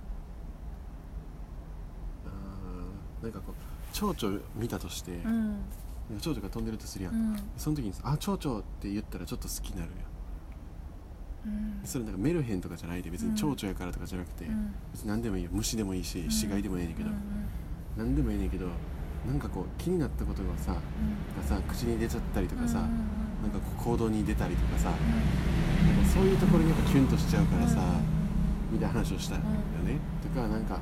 A: あーなんかこう蝶々見たとして、
C: うん
A: 蝶々が飛んでるとするやん、
C: うん
A: その時にさ「あ蝶々」って言ったらちょっと好きになるやん
C: うん
A: それなんかメルヘンとかじゃないで別に蝶々やからとかじゃなくて、別に何でもいいよ虫でもいいし
C: ん
A: 死骸でもええねんけど、
C: うん
A: 何でもええねんけどなんかこう気になったことがさがさ口に出ちゃったりと
C: うん
A: かさ、
C: うん
A: なんかこう行動に出たりとかさ、
C: うん
A: なんかそういうところにやっぱキュンとしちゃうからさ、
C: う
A: みたいな話をしたよね、とかなんか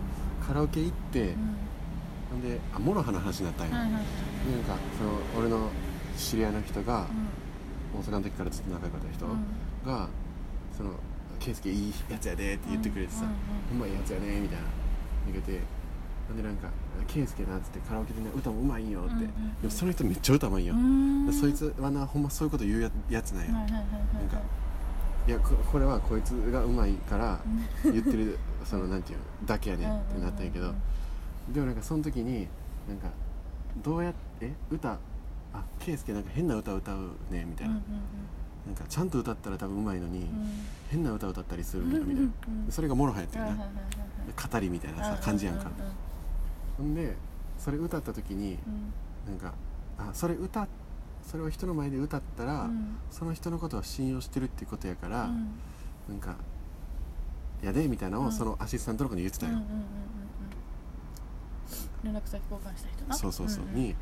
A: カラオケ行って、
C: ん
A: ほんであモロハの話になったん
C: うん
A: よ、
C: はいはいはい
A: なんかその俺の知り合いの人が
C: う、ん
A: 大阪の時からずっと仲良かった人
C: うん
A: が、その「圭介いいやつやで」って言ってくれてさ
C: うんうん
A: 「ほんまいいやつやね」みたいな言っててほんでなんか「圭介な」っつってカラオケでね歌もうまいんよって、
C: うんうん
A: でもその人めっちゃ歌うまいんよ、
C: うん
A: でそいつはなほんまそういうこと言うややつなんよ、
C: はいはいはいはい
A: なんかいやここれはこいつがうまいから言ってるそのなんていうのだけやねんってなったんやけど
C: うんうん
A: でもなんかその時になんかどうやって歌あケイスケなんか変な歌歌うねみたいな,、なんかちゃんと歌ったら多分うまいのに、
C: うんうんうんうん
A: 変な歌歌ったりするみたいな、それがモロハやってるな、
C: はいはいはいはい
A: 語りみたいなさ感じやんか、
C: う
A: ほんでそれ歌った時に
C: んうん
A: なんかあそれ歌っそれを人の前で歌ったら、
C: うん
A: その人のことを信用してるってことやから、
C: うんうん
A: なんか「やで」みたいなの
C: う
A: を
C: ん
A: そのアシスタントの子に言ってた
C: うん
A: よ、
C: うんうんうん連絡先交換した人な
A: そうそうそう、
C: んん
A: に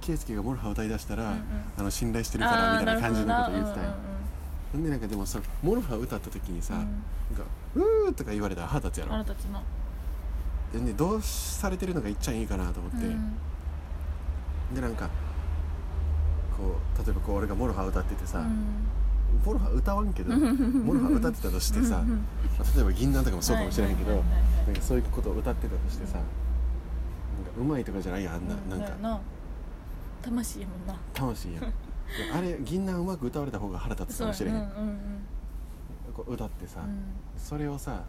A: 圭介がモルハ歌いだしたら、
C: うんうん
A: あの信頼してるからみたいな感じのこと言ってたよ、
C: あーなるほどなうんうんうん
A: ほんでなんかでもさモルハ歌った時にさ「
C: うん
A: なんかうー」とか言われたら歯立つやろ
C: 腹立つな
A: でねどうされてるのがいっちゃいいかなと思って、
C: うん
A: でなんかこう例えばこう俺がモルハ歌っててさ、
C: うん
A: モルハ歌わんけどモルハ歌ってたとしてさ
C: うんうん
A: 例えば銀杏とかもそうかもしれへんけど、
C: はいはいはいはい
A: なんかそういうことを歌ってたとしてさなんかうまいとかじゃないやんあんな,、なんか
C: だよな魂やもんな
A: 魂やんであれ銀杏うまく歌われた方が腹立つかもしれへん、
C: そううんうんうん
A: こう歌ってさ、
C: うん
A: それをさ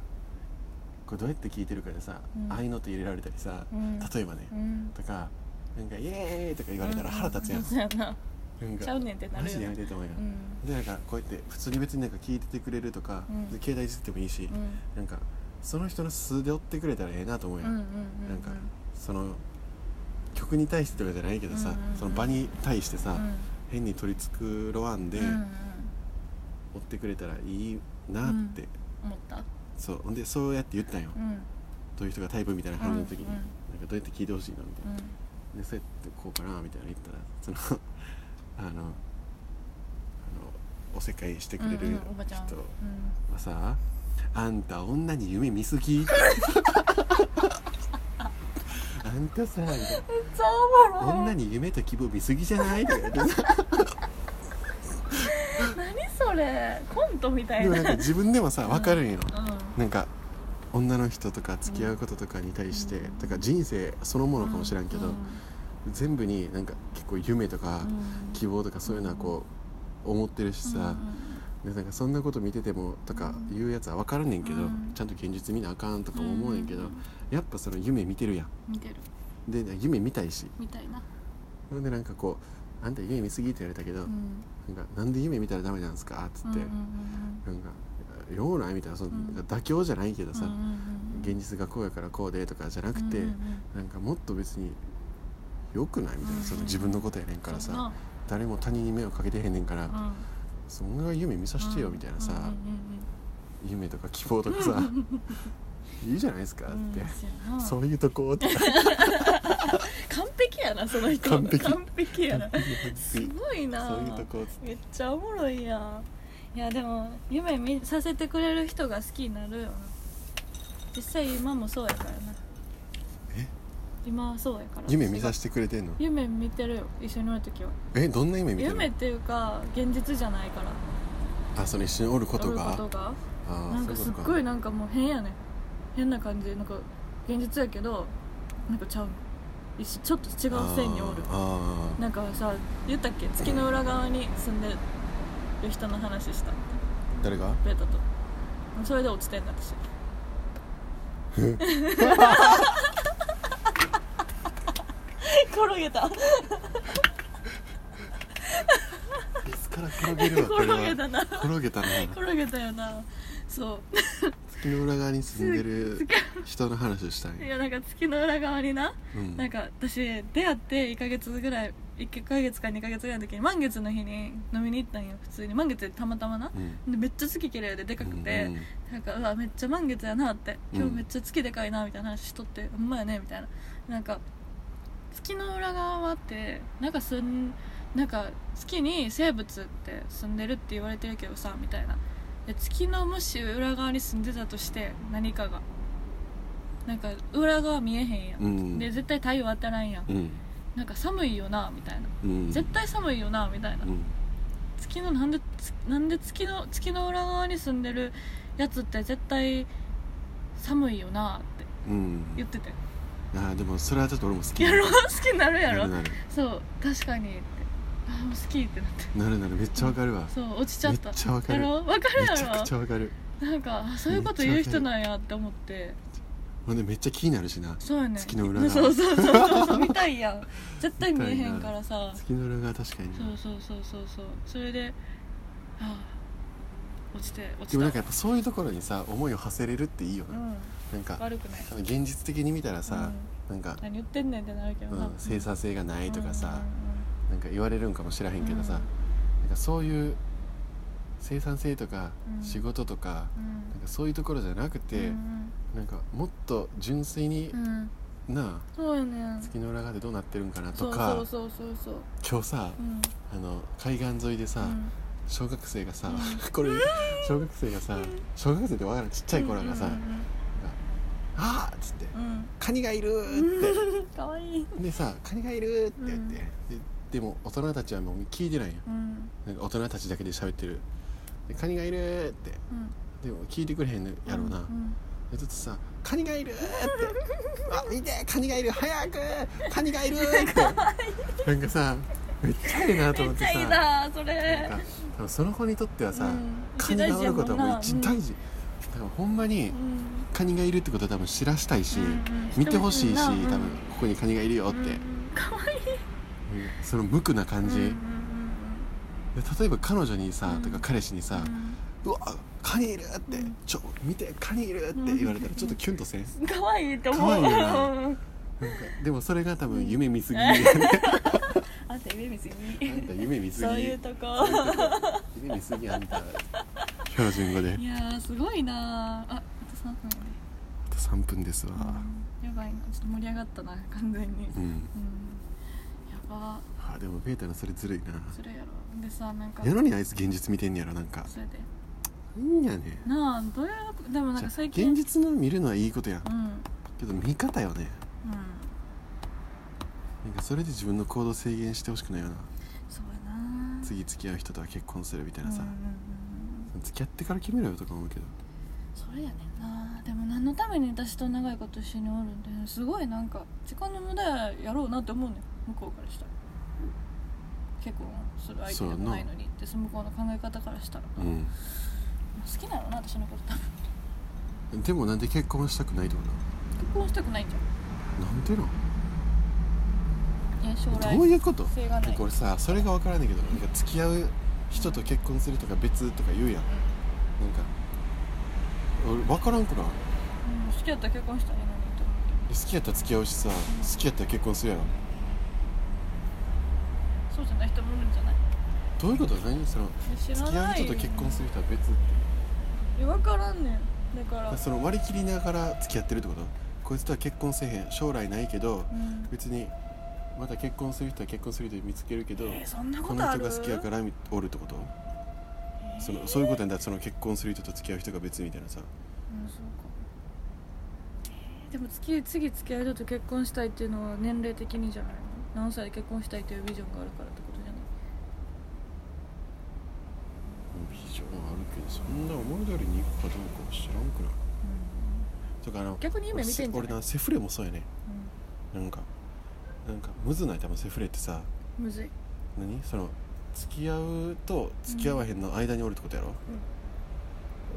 A: これどうやって聴いてるかでさ
C: うん
A: 合いの手入れられたりさ、
C: うん
A: 例えばね、
C: うん
A: とかなんか「イエーイ!」とか言われたら腹立つやん、
C: そうやな
A: なんか
C: ちゃうねんってな
A: マ
C: る
A: ジ
C: よ
A: でや
C: ね
A: めてと思うよ、
C: うん
A: でなんかこうやって普通に別になんか聞いててくれるとか、
C: うん
A: で携帯いじってもいいし、
C: うん
A: なんかその人の素で追ってくれたらええなと思うよ、
C: うんうんうん
A: なんかその曲に対してとかじゃないけどさ、
C: うんうんうん
A: その場に対してさ、
C: うん
A: 変に取り繕わんで
C: うんうん
A: 追ってくれたらいいなって、
C: うん思った
A: そうほんでそうやって言ったんよ、
C: うん
A: どういう人がタイプみたいな感じの時に、
C: うんうん
A: なんかどうやって聞いてほしいのみたいな、でそうやってこうかなみたいなの言ったらその あのあのおせっかいしてくれ
C: うん
A: る
C: うんおばちゃん
A: 人
C: うん
A: はさ「あんた女に夢見す ぎ」あんたさみたいな
C: そうおもろい
A: 女に夢と希望見すぎじゃ ない?」とか言ってさ
C: 何それコントみた
A: で
C: い
A: も
C: な
A: なんか自分でもさ分かるんよ、
C: うん
A: なんか女の人とか付き合うこととかに対して、
C: うん
A: とか人生そのものかもしれんけど、
C: うん
A: 全部になんか結構夢とか
C: うん
A: 希望とかそういうのはこう思ってるしさ、でなんかそんなこと見ててもとか言うやつは分かるねんけど、
C: うん
A: ちゃんと現実見なあかんとかも思うねんけど、
C: うん
A: やっぱその夢見てるやん
C: 見てる
A: で夢見たいし
C: みたいな
A: ほんでなんかこう「あんた夢見すぎ」って言われたけど、
C: うん
A: なんか「なんで夢見たらダメなんですか?」っつって、
C: うんうん
A: なんか「ようない?」みたいなその
C: うん
A: なんか妥協じゃないけど
C: うんう
A: さ、
C: んうん
A: 現実がこうやからこうでとかじゃなくて、
C: うんうんうん
A: なんかもっと別に良くないみたいな、
C: うん
A: その自分のことやねんから
C: そ
A: さ、
C: うな
A: 誰も他人に迷惑かけてへんねんから、
C: うん
A: そんな夢見さしてよみたいなさ、夢とか希望とかさいいじゃないですかっ
C: う
A: て、
C: んうんうんうんそうやな
A: そういうとこって
C: 完璧やなその人
A: 完璧
C: 璧やな
A: そ
C: すごいな
A: ういうとこっつって
C: めっちゃおもろいやんいやでも夢見させてくれる人が好きになるよな実際今もそうやからな
A: え
C: 今はそうやから
A: 夢見さ
C: て
A: せてくれてんの
C: 夢見てるよ一緒におる時は
A: えどんな夢見てる
C: 夢っていうか現実じゃないから
A: あその一緒におることが
C: おることが
A: あー
C: なんか
A: そう
C: す
A: い
C: っ
A: うこと
C: ごいなんかもう変やねん変な感じなんか現実やけどなんかちゃうの一緒ちょっと違う線におる
A: あー
C: なんかさ言ったっけ月の裏側に住んでる人の話した
A: あー誰が
C: ベータとそれで落ちてんだ私 転げた
A: いつからら転げるわこれは
C: 転げたな
A: 転げたな
C: 転げたよなそう
A: 月の裏側に住んでる人の話をした
C: い
A: い、
C: やなんか月の裏側にな、
A: うん、
C: なんか私出会って1ヶ月ぐらい1ヶ月か2ヶ月ぐらいの時に満月の日に飲みに行ったんよ普通に満月でたまたま
A: う、
C: な
A: ん
C: でめっちゃ月綺麗ででかくて、
A: うん
C: なんかうわめっちゃ満月やなって
A: うん
C: 今日めっちゃ月でかいなみたいな話しとってほんまやねみたいななんか月の裏側ってなんかすんなんか月に生物って住んでるって言われてるけどさみたいないや月のもし裏側に住んでたとして何かがなんか裏側見えへんやん、
A: うん
C: で絶対太陽当たらんやん、
A: うん
C: なんか寒いよなみたいな
A: うん
C: 絶対寒いよなみたいな、
A: うん
C: 月のなんでつなんで月の月の裏側に住んでるやつって絶対寒いよなっ
A: う
C: て
A: ん
C: 言ってて
A: あーでもそれはちょっと俺も好き
C: やろう好きになるやろ
A: なる
C: そう確かにってあもう好きってなって
A: なるなるなるめっちゃわかるわ
C: そう落ちちゃった
A: めっちゃわかる
C: やろわかる
A: め
C: や
A: ちゃくち
C: ろ
A: ゃわかる
C: なんかあそういうこと言う人なんやって思って
A: ほんでめっちゃ気になるしな
C: そうやね
A: 月の裏側
C: そうそうそうそうそう見たい やん絶対見えへんからさ
A: 月の裏側確かに
C: そうそうそうそうそうそれであ落ちて落ちた
A: でもなんかやっぱそういうところにさ思いを馳せれるっていいよ
C: う
A: な、
C: ん
A: なんか
C: 悪くない
A: 多分現実的に見たらさ、なんか、
C: 何言ってんねんってなるけ
A: う
C: どな、
A: ん、精査性がないとかさ、
C: う
A: なんか言われるんかもしらへんけどさ、なんかそういう生産性とか
C: うん
A: 仕事とか、
C: んうんうん
A: なんかそういうところじゃなくて、
C: うん
A: なんかもっと純粋に
C: う、んうん
A: なあ
C: そうよね
A: 月の裏側でどうなってるんかな
C: そ
A: と
C: う
A: か
C: そうそうそうそう
A: 今日さ
C: うん
A: あの海岸沿いでさ、
C: うん
A: 小学生がさ、
C: う
A: これ小学生がさ小学生ってわからんちっちゃい子らがさ「あーっつって
C: うんうん
A: 「カニがいる!」って。
C: うんかわいい
A: でさ「カニがいる!」って言って、
C: うん
A: ででも大人たちはもう聞いてないやん
C: うん
A: なんか大人たちだけで喋ってる「でカニがいる!」って
C: うん
A: でも聞いてくれへんやろうな、
C: ん
A: でちょっとさ「カニがい る!」って「あ見てカニがいる早くカニがいる!」ってなんかさめっちゃいいなと
C: め
A: 思っ
C: ってち
A: て
C: ゃ
A: さ
C: いいなそ
A: な
C: れ
A: んか多分その子にとってはさ、
C: うん
A: カニがおることはもう一
C: 一大
A: 大事、だからほんまに
C: うん
A: カニがいるってことは多分知らしたいし、
C: うんうん
A: 見てほしいし、
C: 知ってほしいな
A: 多
C: う
A: 分
C: ん
A: ここにカニがいるよって、
C: うんかわいい
A: うんその無垢な感じ、
C: うんうん
A: で例えば彼女にさ、
C: うん
A: とか彼氏にさ「うわカニいる!」って
C: うん
A: 「ちょ見てカニいる!」って言われたらちょっとキュンとせん、
C: うんかわいいって思う
A: かわいいな
C: うん
A: なんかでもそれが多分夢見 すぎあ
C: あんた夢見す
A: ん
C: ぎ
A: た夢見すぎ
C: そういうとこ
A: 夢見すぎあんた標準語で
C: いやーすごいなーああと3分やね
A: あと3分ですわ
C: やばいなちょっと盛り上がったな完全に
A: うん、
C: うんやば
A: あでもペーターのそれずるいな
C: それやろでさなんか
A: やのにあいつ現実見てんねやろなんか
C: それで
A: いいんやね
C: なあどういうことでもなんか最近
A: 現実の見るのはいいことやん
C: うんうん
A: けど見方よねなんかそれで自分の行動制限してほしくないよな
C: そうやな
A: 次付き合う人とは結婚するみたい
C: うん
A: な
C: うんう
A: さ、
C: ん
A: 付き合ってから決めろよとか思うけど
C: それやねんなでも何のために私と長いこと一緒におるんで、すごいなんか時間の無駄やろうなって思うねん向こうからしたら結婚する相手でもないのにって向こうの考え方からしたら、好
A: う
C: きなのな私のこと多分
A: んでもなんで結婚したくないとか
C: 結婚したくないんじゃん
A: ななんでなん
C: いや将来
A: どういうこと
C: 性がない
A: これさそれが分からないけどなんか付き合う人と結婚するとか別とか言うやんなんか俺分からんくない
C: うん、好きやったら結婚したらいいのにと思
A: 好きやったら付き合うしさ好きやったら結婚するやろ
C: うけどそうじゃない人もいるんじゃない
A: どういうこと何その
C: 知
A: 付
C: ら
A: き合う
C: ない
A: 人と結婚する人は別って
C: いや分からんねんだから
A: その割り切りながら付き合ってるってことこいつとは結婚せえへん将来ないけど
C: うん
A: 別にまた結婚する人は結婚する人見つけるけど、
C: えーそんな
A: こ
C: こ
A: との
C: あ
A: 人
C: る
A: が好きやからみおるってことそのそういうことやんだその結婚する人と付き合う人が別みたいなさ
C: うんそうかえーでも次次付き合いだと結婚したいっていうのは年齢的にじゃないの何歳で結婚したいというビジョンがあるからってことじゃない
A: 非常にあるけどそんな思い通りにいくかどうかは知らんくないとかあの
C: 逆に夢見てんじゃない
A: 俺なセフレもそうやねなんかなんかむずない多分セフレってさ
C: うん、むずい
A: 何その付き合うと付き合わへんの間におるってことやろ、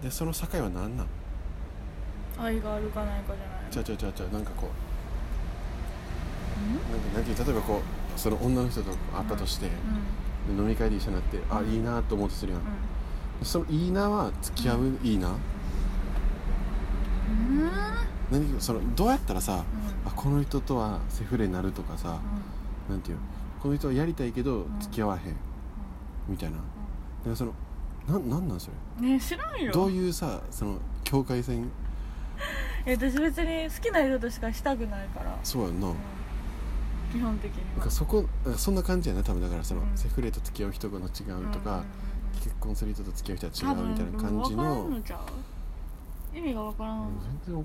A: でその境は何なん
C: 愛があるかないかじゃないの
A: ちゃうちゃうちゃうちゃうなんかこうなんかなんていう例えばこうその女の人と会ったとして、
C: うん
A: で飲み会で一緒になってあいいなと思うとするやん、そのいいなは付き合う、いいな
C: うんうん
A: 何そのどうやったらさ、あこの人とはセフレになるとかさ、なんていうのこの人はやりたいけど
C: ん
A: 付き合わへん、みたいなだからそのなんなんなんそれ
C: うんねえ知らんよ
A: どういうさその境界線
C: え私別に好きな人としかしたくないから
A: そうやんな
C: 基本的に
A: なん
C: は
A: かそこそんな感じやな多分だからその、
C: うん
A: セフレと付き合う人がの違うとか、結婚する人と付き合う人は違うみたいな感じ
C: 多分分からん
A: の
C: のちゃう意味が分からんの
A: 全然わ